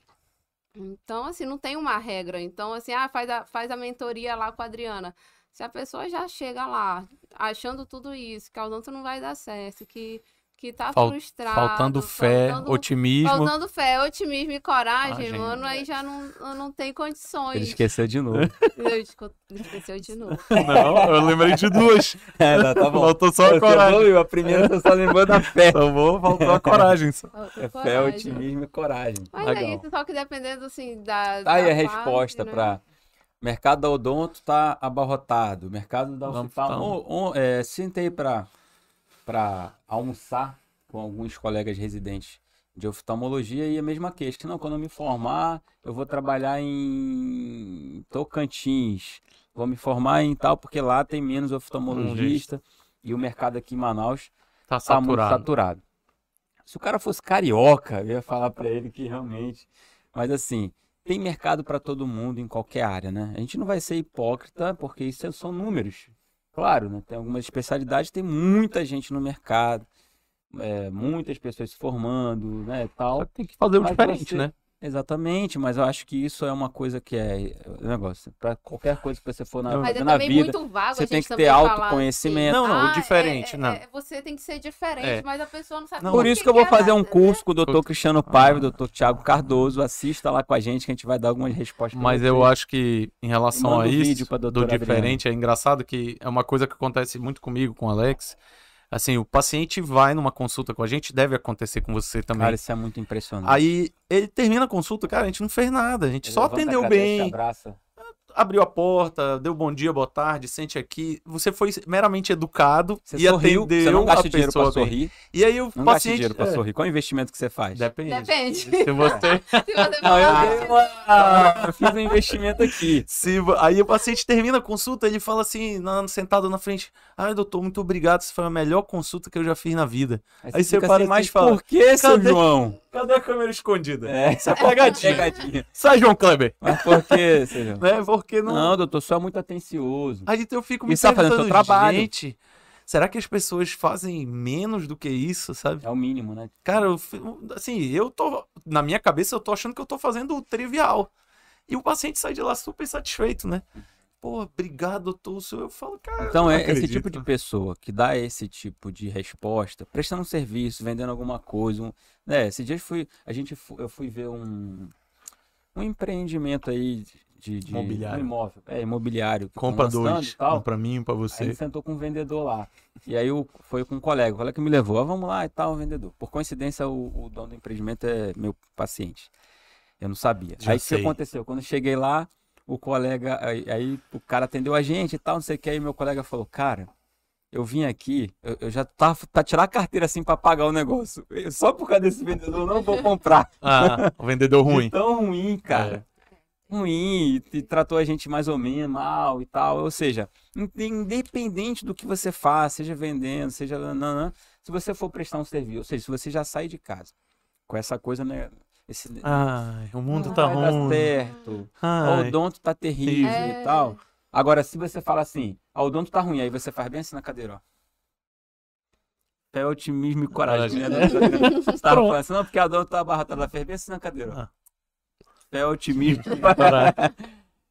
Então, assim, não tem uma regra. Então, assim, ah, faz a, faz a mentoria lá com a Adriana. Se a pessoa já chega lá achando tudo isso, que a odonto não vai dar certo, que, que tá Fal- frustrado, Faltando fé, faltando otimismo. Faltando fé, otimismo e Ah, coragem, Coragem, mano, aí já não, eu não tem Ele condições. esqueceu de novo. Eu esco- esqueceu de novo. Não, eu lembrei de duas. É, não, tá bom. Faltou só a Você coragem. evoluiu, a primeira você só lembrou da fé. Tá bom, faltou a coragem. só. Faltou É fé, coragem. otimismo e coragem. Mas é Legal. isso, só que dependendo, assim, da. Tá aí da a resposta fase, né? para mercado da odonto tá abarrotado, mercado da Vamos oftalmo. falar. On- on- é, sentei para para almoçar com alguns colegas residentes de oftalmologia e a mesma queixa. Não, quando eu me formar, eu vou trabalhar em Tocantins. Vou me formar em tal porque lá tem menos oftalmologista e o mercado aqui em Manaus Tá tá muito saturado. saturado. Se o cara fosse carioca, eu ia falar pra ele que realmente. Mas assim, tem mercado para todo mundo em qualquer área, né? A gente não vai ser hipócrita, porque isso é, são números. Claro, né? Tem algumas especialidades, tem muita gente no mercado, é, muitas pessoas se formando, né, Só tal. que tem que fazer o Mas diferente, você- né? Exatamente, mas eu acho que isso é uma coisa que é é negócio. Para qualquer coisa que você for na, Mas é na também vida, muito vago você a gente tem que ter também falar autoconhecimento. Não, não, o é- diferente, é- não. é- você tem que ser diferente, É. mas a pessoa não sabe Não, o Por isso que eu vou é fazer um nada, curso com o doutor Cristiano Paiva, doutor Tiago Cardoso. Assista lá com a gente que a gente vai dar algumas respostas. pra Mas eu vocês. acho que em relação Manda a um isso, vídeo pra do doutora diferente, é engraçado que é uma coisa que acontece muito comigo, com o Alex. Assim, o paciente vai numa consulta com a gente, deve acontecer com você também. Cara, isso é muito impressionante. Aí ele termina a consulta, cara, a gente não fez nada, a gente Ele só levanta, né? atendeu agradece, bem, abraça. abriu a porta, deu bom dia, boa tarde, sente aqui. Você foi meramente educado Você e sorriu, atendeu você não a gasta dinheiro pra pessoa bem. sorrir. E aí o Não gasta paciente dinheiro pra é, sorrir. Qual é o investimento que você faz? depende. Depende. Se você Se você Não, Ah, eu, dei falar, assim, uma- eu fiz um investimento aqui. Se vo- aí o paciente termina a consulta, ele fala assim, na- sentado na frente, ai doutor, muito obrigado, isso foi a melhor consulta que eu já fiz na vida. Aí você fica para assim mas e fala, Por que, seu cadê- João? Cadê a câmera escondida? É. Isso é pegadinha. Pegadinha. Sai, João Kleber. Mas por que, seu João? Né? Porque não... Não, doutor, só é muito atencioso. Aí então, eu fico me Isso tá fazendo seu perguntando, trabalho. gente, será que as pessoas fazem menos do que isso, sabe? É o mínimo, né? Cara, eu fi- assim, eu tô... Na minha cabeça, eu tô achando que eu tô fazendo o trivial. E o paciente sai de lá super satisfeito, né? Pô, obrigado, doutor. o senhor- Eu falo, cara... Então, não é esse acredito. tipo de pessoa que dá esse tipo de resposta, prestando um serviço, vendendo alguma coisa. Um, né? Esse dia eu fui, a gente fu- eu fui ver um, um empreendimento aí de, de Imobiliário. um imóvel, é, imobiliário. que tão Compra lançando dois. e tal. Um pra mim, um pra Aí ele você. sentou com um vendedor lá. E aí eu, foi com um colega. O colega que me levou. Ah, vamos lá e tal, o vendedor. Por coincidência, o, o dono do empreendimento é meu paciente. Eu não sabia. Já aí o que sei. aconteceu? Quando eu cheguei lá, o colega. Aí, aí o cara atendeu a gente e tal, não sei o que. Aí meu colega falou: Cara, eu vim aqui, eu, eu já tava pra tirar a carteira assim pra pagar o negócio. Eu- só por causa desse vendedor, eu não vou comprar. Ah, o vendedor ruim. É. De tão ruim, cara. Ruim, e, e tratou a gente mais ou menos mal e tal. Ou seja, in- independente do que você faz, seja vendendo, seja. nananã, se você for prestar um serviço, ou seja, se você já sai de casa com essa coisa, né? Esse Ai, o mundo Não Ah, tá vai dar ruim. certo, o Ai, odonto tá terrível É. e tal. Agora, se você fala assim, o odonto tá ruim, aí você faz bem assim na cadeira, ó. Fé, otimismo e coragem. Coragem. né? Você tava É Pronto. falando assim, não, porque a odonto tá abarrotada, ela fez bem assim na cadeira, ó. Ah. Fé, otimismo e caralho.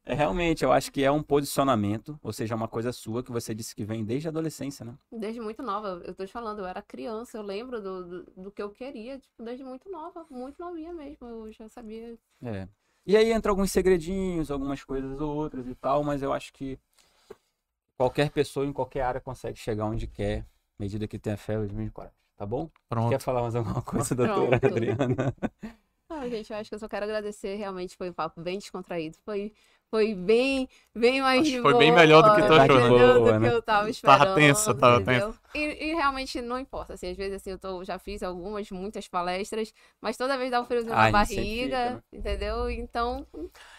é, realmente, eu acho que é um posicionamento, ou seja, é uma coisa sua que você disse que vem desde a adolescência, né? Desde muito nova, eu tô te falando, eu era criança, eu lembro do, do, do que eu queria, tipo, desde muito nova, muito novinha mesmo, eu já sabia. É. E aí entra alguns segredinhos, algumas coisas ou outras e tal, mas eu acho que qualquer pessoa em qualquer área consegue chegar onde quer, à medida que tenha fé, otimismo e coragem. Tá bom? Pronto. Quer falar mais alguma coisa, doutora Pronto. Adriana? Ah, gente, eu acho que eu só quero agradecer, realmente foi um papo bem descontraído, foi, foi bem, bem mais Acho de que foi bem boa, melhor do que tu achou, né? entendeu? Do Boa, que né? eu tava esperando, Tava tenso, tava entendeu? E, e realmente não importa, assim, às vezes assim, eu tô, já fiz algumas, muitas palestras, mas toda vez dá um friozinho Ah, na a gente sempre fica, barriga, entendeu? Então,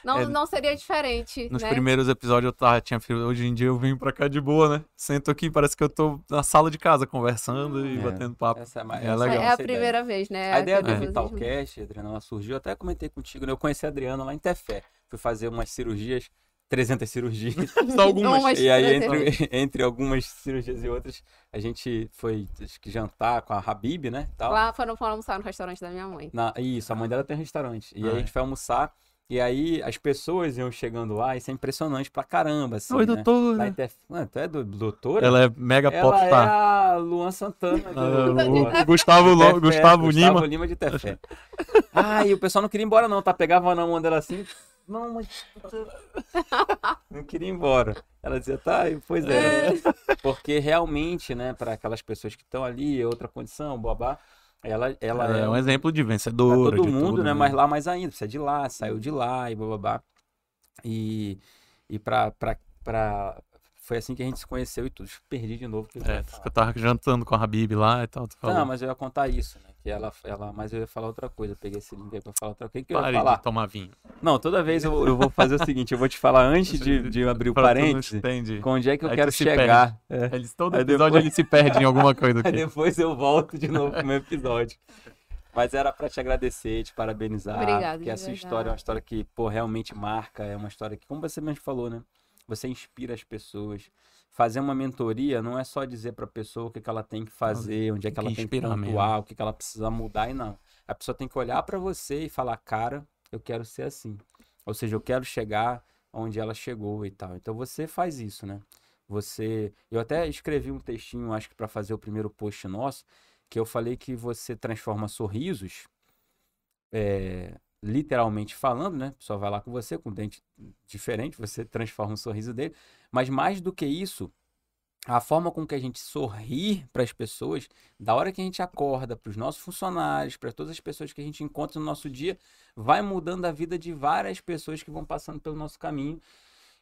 não, É, não seria diferente, Nos né? primeiros episódios eu tava, tinha frio. Hoje em dia eu venho pra cá de boa, né? Sento aqui, parece que eu tô na sala de casa conversando e É. batendo papo. Essa é, mais, É essa legal. É a nossa primeira vez, né? A ideia do Aquele nervosismo. Vitalcast, Adriana, ela surgiu, até comentei contigo, né? Eu conheci a Adriana lá em Tefé. Fui fazer umas cirurgias, 300 cirurgias. Só algumas. Umas E aí, três entre, entre algumas cirurgias e outras, a gente foi acho que jantar com a Habib, né? Tal. Lá foram, foram almoçar no restaurante da minha mãe. Na- isso, a mãe dela tem um restaurante. E Ah, aí é. a gente foi almoçar. E aí as pessoas iam chegando lá, isso é impressionante pra caramba, assim, Oi, né? Lá doutora. em Tef- Mano, tu é do- doutora? Ela é mega Ela popstar. é a Luan Santana do- tá. Ah, do- do- o- o Gustavo, Lo- Tefé, Gustavo Lima. Gustavo Lima de Tefé. Ah, e o pessoal não queria ir embora, não, tá? Pegava na mão dela assim. Não, mas. Não queria ir embora. Ela dizia, tá, e pois é. Porque realmente, né, pra aquelas pessoas que estão ali, é outra condição, babá. Ela, ela Ela é, é um exemplo de pra vencedora. todo de mundo, tudo, né? Mas lá mais ainda, precisa de lá, saiu de lá e bababá. E, e pra, pra, pra. Foi assim que a gente se conheceu e tudo. Perdi de novo. o que eu ia É, falar. eu tava jantando com a Habib lá e tal. Tu falou, Não, mas eu ia contar isso, né? Que ela, ela, mas eu ia falar outra coisa. Eu peguei esse link aí pra falar outra coisa. O que que eu pare ia falar? de tomar vinho. Não, toda vez eu, eu vou fazer o seguinte: eu vou te falar antes de, de abrir o Pra tu não parênteses, entende. com onde é que eu Aí tu quero se chegar. É. Eles, todo Aí episódio depois- ele se perde em alguma coisa Aí aqui. depois eu volto de novo pro meu episódio. Mas era pra te agradecer, te parabenizar. Obrigada, Porque de essa verdade. história é uma história que, pô, realmente marca. É uma história que, como você mesmo falou, né? Você inspira as pessoas. Fazer uma mentoria não é só dizer pra pessoa o que, que ela tem que fazer, onde é tem que que ela tem que inspirar mesmo. pontuar, o que, que ela precisa mudar e não. A pessoa tem que olhar pra você e falar, cara, eu quero ser assim. Ou seja, eu quero chegar onde ela chegou e tal. Então você faz isso, né? Você, eu até escrevi um textinho, acho que pra fazer o primeiro post nosso, que eu falei que você transforma sorrisos, é, literalmente falando, né? A pessoa vai lá com você com dente diferente, você transforma o sorriso dele, mas mais do que isso, a forma com que a gente sorri para as pessoas, da hora que a gente acorda, para os nossos funcionários, para todas as pessoas que a gente encontra no nosso dia, vai mudando a vida de várias pessoas que vão passando pelo nosso caminho.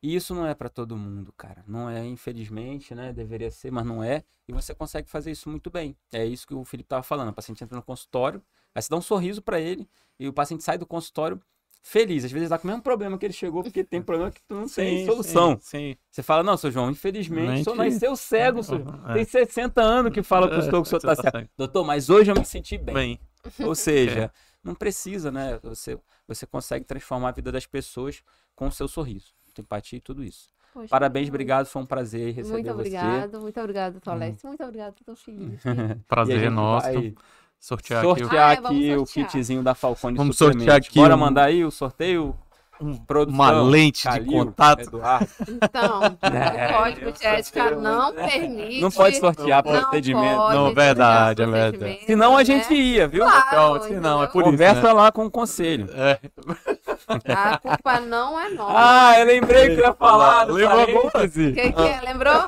E isso não é para todo mundo, cara. Não é, infelizmente, né? Deveria ser, mas não é. E você consegue fazer isso muito bem. É isso que o Felipe tava falando. O paciente entra no consultório, aí você dá um sorriso para ele e o paciente sai do consultório feliz. Às vezes tá com o mesmo problema que ele chegou, porque tem problema que tu não tem solução. Sim. Você fala, não, seu João, infelizmente, o senhor Mente- nasceu cego, senhor. É. Tem 60 anos que fala pro senhor que o senhor tá certo. Doutor, mas hoje eu me senti bem. Bem, É. Ou seja, não precisa, né? Você, você consegue transformar a vida das pessoas com o seu sorriso. Empatia e tudo isso. Poxa, Parabéns, muito obrigado. Foi um prazer receber Muito você. Hum. obrigado, muito obrigado, Paulette. Muito obrigado, tô feliz. E a prazer gente é nosso. vai Sortear, aqui sortear Ah, é, vamos aqui o sortear. kitzinho da Falcone Vamos Suplementos. sortear aqui Bora um- mandar aí o sorteio? um- Produção, uma lente Calil, de contato. Eduardo. Então, É, o código de ética Deus. não permite. Não pode sortear não procedimento. pode né? né? Não, sortear verdade, é procedimento, verdade. Senão a né? gente ia, viu? Claro, Então, se não, é entendeu? por isso, Conversa né? lá com o conselho. É. né? A culpa não é nossa. Ah, eu lembrei que eu ia falar. do Lembrou parênteses. O que, que é? Lembrou?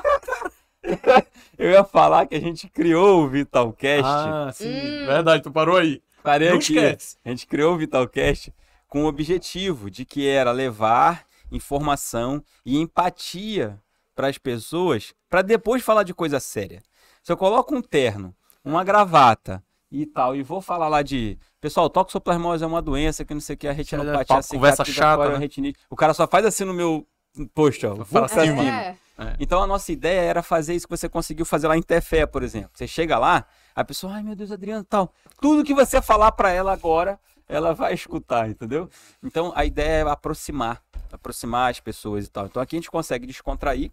Eu ia falar que a gente criou o Vitalcast. Ah, sim. Hum. Verdade, tu parou aí. Parei Não aqui. esquece. A gente criou o Vitalcast com o objetivo de que era levar informação e empatia para as pessoas, para depois falar de coisa séria. Se eu coloco um terno, uma gravata e tal, e vou falar lá de. Pessoal, toxoplasmose é uma doença que não sei o que, a retinopatia, Papo, É, conversa cicatrizatória, chata, né? retinite. O cara só faz assim no meu. Poxa, vou Pra pra cima. Tá cima. É. Então a nossa ideia era fazer isso que você conseguiu fazer lá em Tefé, por exemplo. Você chega lá, a pessoa, ai meu Deus, Adriano, tal. Tudo que você falar pra ela agora, ela vai escutar, entendeu? Então a ideia é aproximar, aproximar as pessoas e tal. Então aqui a gente consegue descontrair,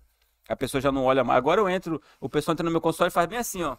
a pessoa já não olha mais. Agora eu entro, o pessoal entra no meu consultório e faz bem assim, ó.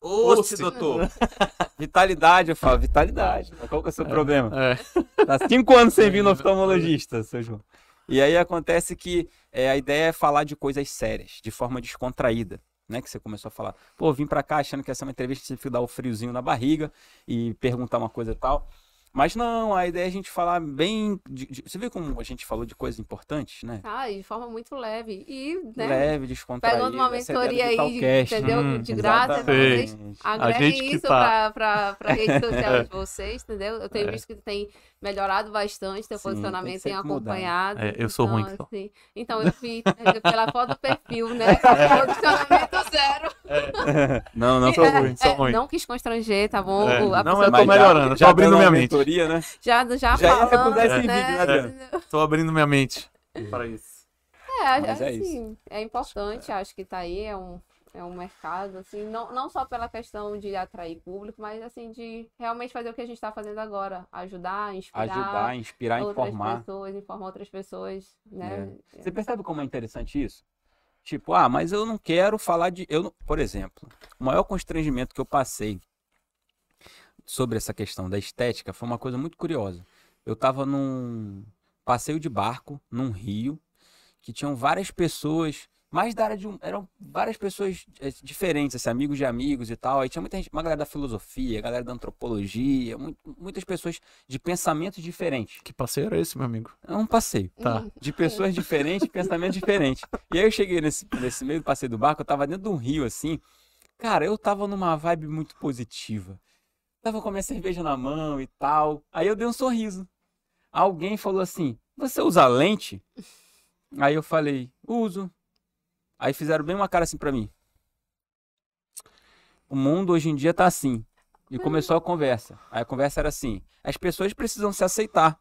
Ouça, Ouça. doutor. vitalidade, eu falo, vitalidade. Mas Qual que é o seu problema? É. Tá cinco anos sem vir no oftalmologista, seu João. E aí acontece que é, a ideia é falar de coisas sérias, de forma descontraída. Né, que você começou a falar, pô, vim pra cá achando que essa é uma entrevista você fica dar o friozinho na barriga e perguntar uma coisa e tal. Mas não, a ideia é a gente falar bem. de- de- você vê como a gente falou de coisas importantes, né? Ah, e de forma muito leve. E, né? Leve, descontraída. Pegando uma essa é a mentoria ideia do aí, de- Vitalcast. entendeu? Hum, de graça, né? exatamente. vocês Exatamente. Agreguem gente que é isso tá- para pra, pra rede social de vocês, entendeu? Eu tenho visto que tem melhorado bastante teu Sim, tem posicionamento, sempre tenho que mudar. acompanhado. É, eu sou ruim, Então, então. assim, então eu vi né, pela foto do perfil, né? Posicionamento zero. Não, não, E, sou é, ruim, sou é, ruim. Não quis constranger, tá bom? É, O- a não, pessoa eu tô mas já- melhorando, tô já abrindo dando minha uma mente. mentoria, né? já, já, já ia falando, mudar esse vídeo, né, né? Adriano? Tô abrindo minha mente. Para isso. É, Mas é assim, é importante, acho que tá aí, é um, é um mercado, assim, não, não só pela questão de atrair público, mas assim, de realmente fazer o que a gente tá fazendo agora, ajudar, inspirar Ajudar, inspirar, outras informar. pessoas, informar outras pessoas, né? Você percebe como é interessante isso? Tipo, ah, mas eu não quero falar de. Eu não... Por exemplo, o maior constrangimento que eu passei sobre essa questão da estética foi uma coisa muito curiosa. Eu tava num passeio de barco, num rio, que tinham várias pessoas, mais da área de. um- Eram várias pessoas eh, diferentes, assim, amigos de amigos e tal. Aí tinha muita gente, uma galera da filosofia, galera da antropologia, mu- muitas pessoas de pensamentos diferentes. Que passeio era esse, meu amigo? É um passeio Tá. Hum, de pessoas diferentes, pensamento diferente. E aí eu cheguei nesse, nesse meio do passeio do barco, eu tava dentro de um rio assim. Cara, eu tava numa vibe muito positiva. Tava com a minha cerveja na mão e tal. Aí eu dei um sorriso. Alguém falou assim: Você usa lente? Aí eu falei: Uso. Aí fizeram bem uma cara assim pra mim. O mundo hoje em dia tá assim. E começou a conversa. Aí a conversa era assim: As pessoas precisam se aceitar.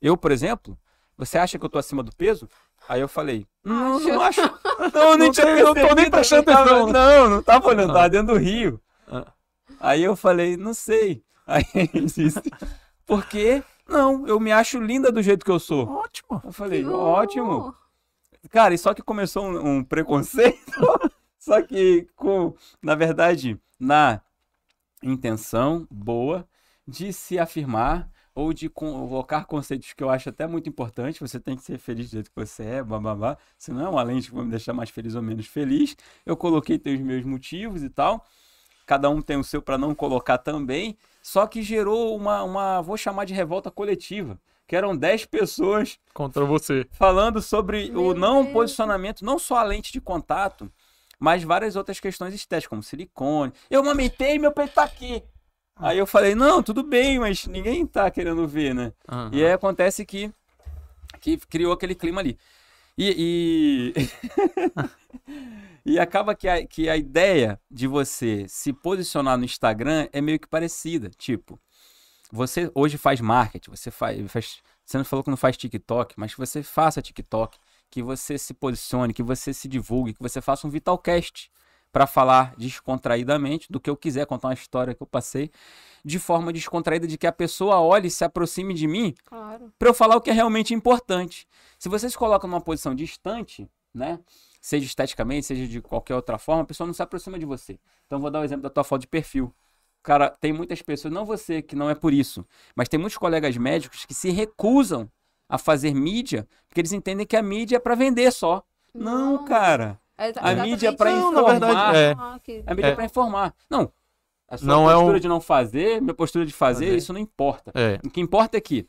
Eu, por exemplo, você acha que eu tô acima do peso? Aí eu falei: Não, não acho. Não, eu nem Não tinha tem- não tô nem percebido, prestando tava- atenção. Não, não tava olhando, Ah. tava dentro do rio. Ah. Aí eu falei, não sei. Aí ele disse, por quê? Não, eu me acho linda do jeito que eu sou. Ótimo. Eu falei, ótimo. Cara, e só que começou um, um preconceito, só que com, na verdade, na intenção boa de se afirmar ou de colocar conceitos que eu acho até muito importante. Você tem que ser feliz do jeito que você é, bababá. Senão, além de me deixar mais feliz ou menos feliz, eu coloquei tem os meus motivos e tal. Cada um tem o seu para não colocar também. Só que gerou uma, uma, vou chamar de revolta coletiva, que eram 10 pessoas Contra você. falando sobre o Meu não Deus. posicionamento, não só a lente de contato, mas várias outras questões estéticas, como silicone. Eu mamitei e meu peito tá aqui. Ah. Aí eu falei, não, tudo bem, mas ninguém tá querendo ver, né? E aí acontece que, que criou aquele clima ali. E, e, e acaba que a, que a ideia de você se posicionar no Instagram é meio que parecida. Tipo, você hoje faz marketing, você faz. faz- você não falou que não faz TikTok, mas que você faça TikTok, que você se posicione, que você se divulgue, que você faça um Vitalcast para falar descontraídamente do que eu quiser, contar uma história que eu passei, de forma descontraída, de que a pessoa olhe e se aproxime de mim Claro. para eu falar o que é realmente importante. Se você se coloca numa posição distante, né? Seja esteticamente, seja de qualquer outra forma, a pessoa não se aproxima de você. Então vou dar o exemplo da tua foto de perfil. Cara, tem muitas pessoas, não você que não é por isso, mas tem muitos colegas médicos que se recusam a fazer mídia, porque eles entendem que a mídia é para vender só. Não, cara. É exa- A mídia é pra exatamente informar. Não, isso. na verdade, é. Ah, que- A mídia é, É. pra informar. Não. A sua Não é postura um- de não fazer, minha postura de fazer, Fazer. isso não importa. É. O que importa é que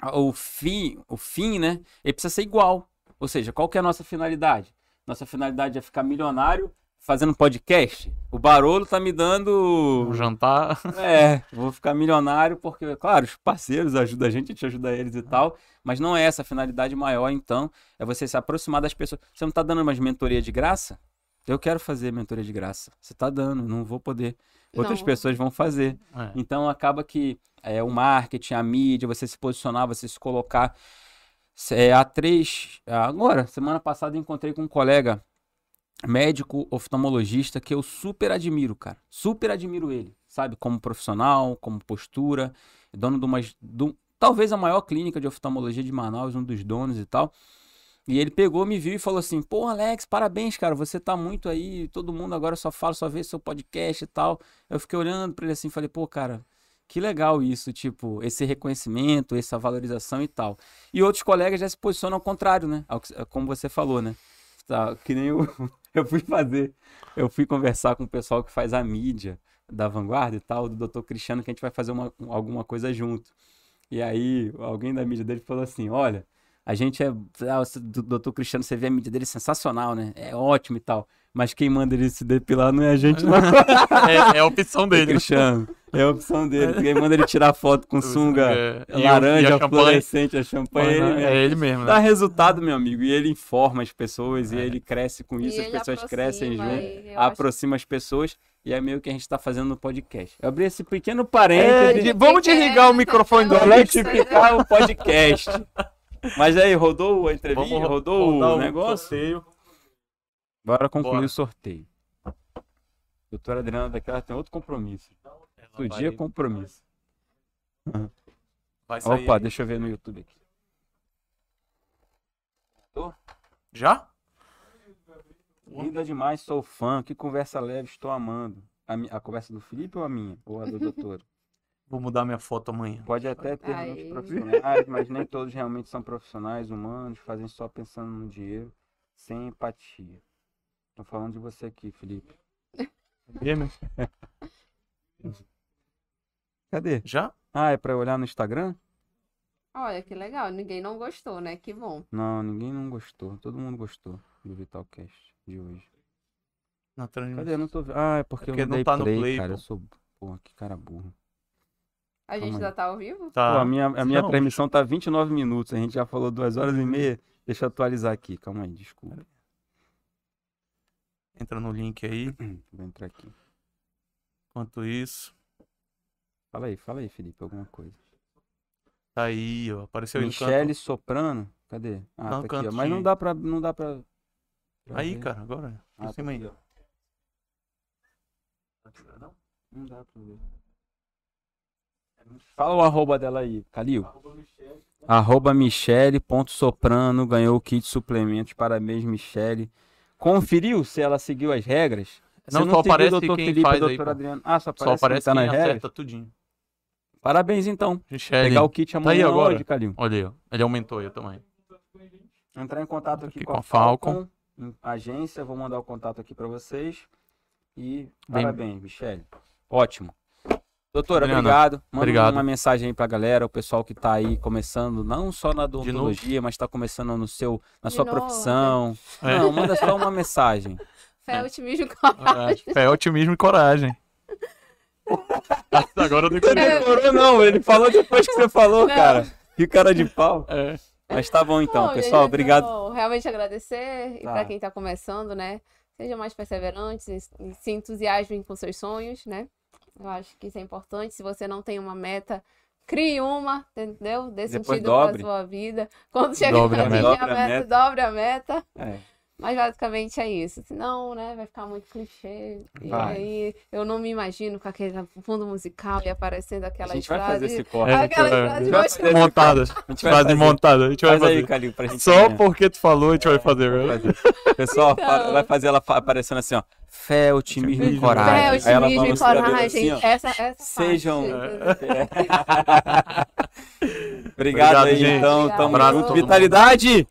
a- o fim, o fim, né? Ele precisa ser igual. Ou seja, qual que é a nossa finalidade? Nossa finalidade é ficar milionário fazendo podcast. O Barolo tá me dando. O jantar. É, vou ficar milionário porque, claro, os parceiros ajudam a gente, a gente ajuda eles e tal. Mas não é essa a finalidade maior, então. É você se aproximar das pessoas. Você não tá dando umas mentoria de graça? Eu quero fazer mentoria de graça. Você tá dando, não vou poder. Outras Não. pessoas vão fazer. É. Então acaba que é, o marketing, a mídia, você se posicionar, você se colocar. Se- É, há três. Agora, semana passada eu encontrei com um colega médico oftalmologista que eu super admiro, cara. Super admiro ele, sabe? Como profissional, como postura, dono de uma. talvez a maior clínica de oftalmologia de Manaus, um dos donos e tal. E ele pegou, me viu e falou assim: Pô, Alex, parabéns, cara. Você tá muito aí, todo mundo agora só fala, só vê seu podcast e tal. Eu fiquei olhando pra ele assim, falei, pô, cara, que legal isso, tipo, esse reconhecimento, essa valorização e tal. E outros colegas já se posicionam ao contrário, né? Ao que- Como você falou, né? Tá, que nem eu, eu fui fazer. Eu fui conversar com o pessoal que faz a mídia da vanguarda e tal, do Dr. Cristiano, que a gente vai fazer uma, um, alguma coisa junto. E aí, alguém da mídia dele falou assim: olha, a gente é. Ah, o Dr. Cristiano, você vê a mídia dele sensacional, né? É ótimo e tal. Mas quem manda ele se depilar não é a gente, não. É, é a opção Ô, dele. Cristiano. É a opção dele. Ninguém manda ele tirar foto com sunga É, e o- e a laranja, champanhe. fluorescente, a champanhe. ele Aham, mesmo. É ele mesmo, né? Dá resultado, meu amigo. E ele informa as pessoas É. e ele cresce com E isso, as ele pessoas crescem aproxima, junto, e eu acho- aproxima as pessoas. E é meio que a gente tá fazendo no podcast. Eu abri esse pequeno É, parênteses de- vamos desligar o microfone do pra Alex. né? justificar o podcast. Mas aí, rodou a entrevista? Vamos ro- rodou rodar o negócio? sorteio. Bora concluir Bora. o sorteio. Doutora Adriana daquela tem outro compromisso. Outro dia vai- compromisso. vai sair Opa, aí. deixa eu ver no YouTube aqui. Já? Linda demais, sou fã. Que conversa leve, estou amando. A, mi- a conversa do Felipe ou a minha? Ou a do doutor? Vou mudar minha foto amanhã. Pode até ter Aí. muitos profissionais, mas nem todos realmente são profissionais humanos, fazem só pensando no dinheiro, sem empatia. Tô falando de você aqui, Felipe. É Cadê? Já? Ah, é pra eu olhar no Instagram? Olha que legal, ninguém não gostou, né? Que bom. Não, ninguém não gostou. Todo mundo gostou do Vitalcast de hoje. Na transmissão. Cadê? Eu não tô vendo. Ah, é porque, É porque eu não não dei tá no play, play, cara. pô. Eu sou. Porra, que cara burro. A gente aí. já tá ao vivo? Tá. Pô, a minha, a minha Não, transmissão tá 29 minutos. A gente já falou 2 horas e meia. Deixa eu atualizar aqui. Calma aí, desculpa. Entra no link aí. Vou entrar aqui. Enquanto isso. Fala aí, fala aí, Felipe, alguma coisa. Tá aí, ó. Apareceu aí no canto. Michele Soprano? Cadê? Ah, Tá no tá aqui, ó. canto Mas não de- dá pra. Não dá pra. pra Aí, ver. cara, agora. Ah, tá Aproxima aí. aqui, ó. Não dá pra ver. É Fala o arroba dela aí, Calil. Arroba Michele.soprano ganhou o kit de suplementos. Parabéns, Michele. Conferiu se ela seguiu as regras? Se Não, só seguiu, aparece doutor quem Felipe, faz aí, doutor pô. Adriano. Ah, só Só aparece, quem aparece tá quem nas regras? acerta tudinho. Parabéns, então. Michele. Pegar o kit amanhã Tá aí agora. hoje, Calil. Olha aí, ó. ele aumentou aí o tamanho. entrar em contato aqui, Aqui com, com a a Falcon, Falcon. em- agência, vou mandar o contato aqui para vocês. E Bem- parabéns, Michele. Ótimo. Doutora, Adriana, obrigado. Manda obrigado. uma mensagem aí pra galera, o pessoal que tá aí começando, não só na novo? odontologia, mas tá começando no seu, na De sua novo. profissão. É. Não, manda só uma mensagem. Fé, É. otimismo Ah. e É, fé, otimismo e coragem. Agora eu decorei. É. decorou, não. Ele falou depois que você falou, Não. cara. Que cara de pau. É. Mas tá bom então, Bom, gente, pessoal. eu Obrigado. vou Realmente agradecer. E Tá. para quem está começando, né? Sejam mais perseverantes e se entusiasmem com seus sonhos, né? Eu acho que isso é importante. Se você não tem uma meta, crie uma, entendeu? Dê Depois sentido dobre. para sua vida. Quando chegar Dobre a pra meta. atingir a meta, dobre a meta. É. Mas basicamente é isso. Senão, né, vai ficar muito clichê. E Vai. aí eu não me imagino com aquele fundo musical e aparecendo A aquelas gente vai frases. fazer esse corte. É. Aquelas Vai frases fazer. motivacionais. montadas. A gente vai Frase fazer. montada. A gente vai Faz aí, fazer. Calil, pra gente. Só né? porque tu falou, a gente vai fazer, né? velho. Pessoal, Então. fa- vai fazer ela fa- aparecendo assim, ó. Fé, otimismo e Otimismo. Fé, coragem. Aí ela otimismo e balança o cabelo coragem. assim, ó. essa, essa Sejam- é, parte. Obrigado, Obrigado, aí, gente. então. Obrigado. Tamo Abraço a junto. todo mundo. Vitalidade!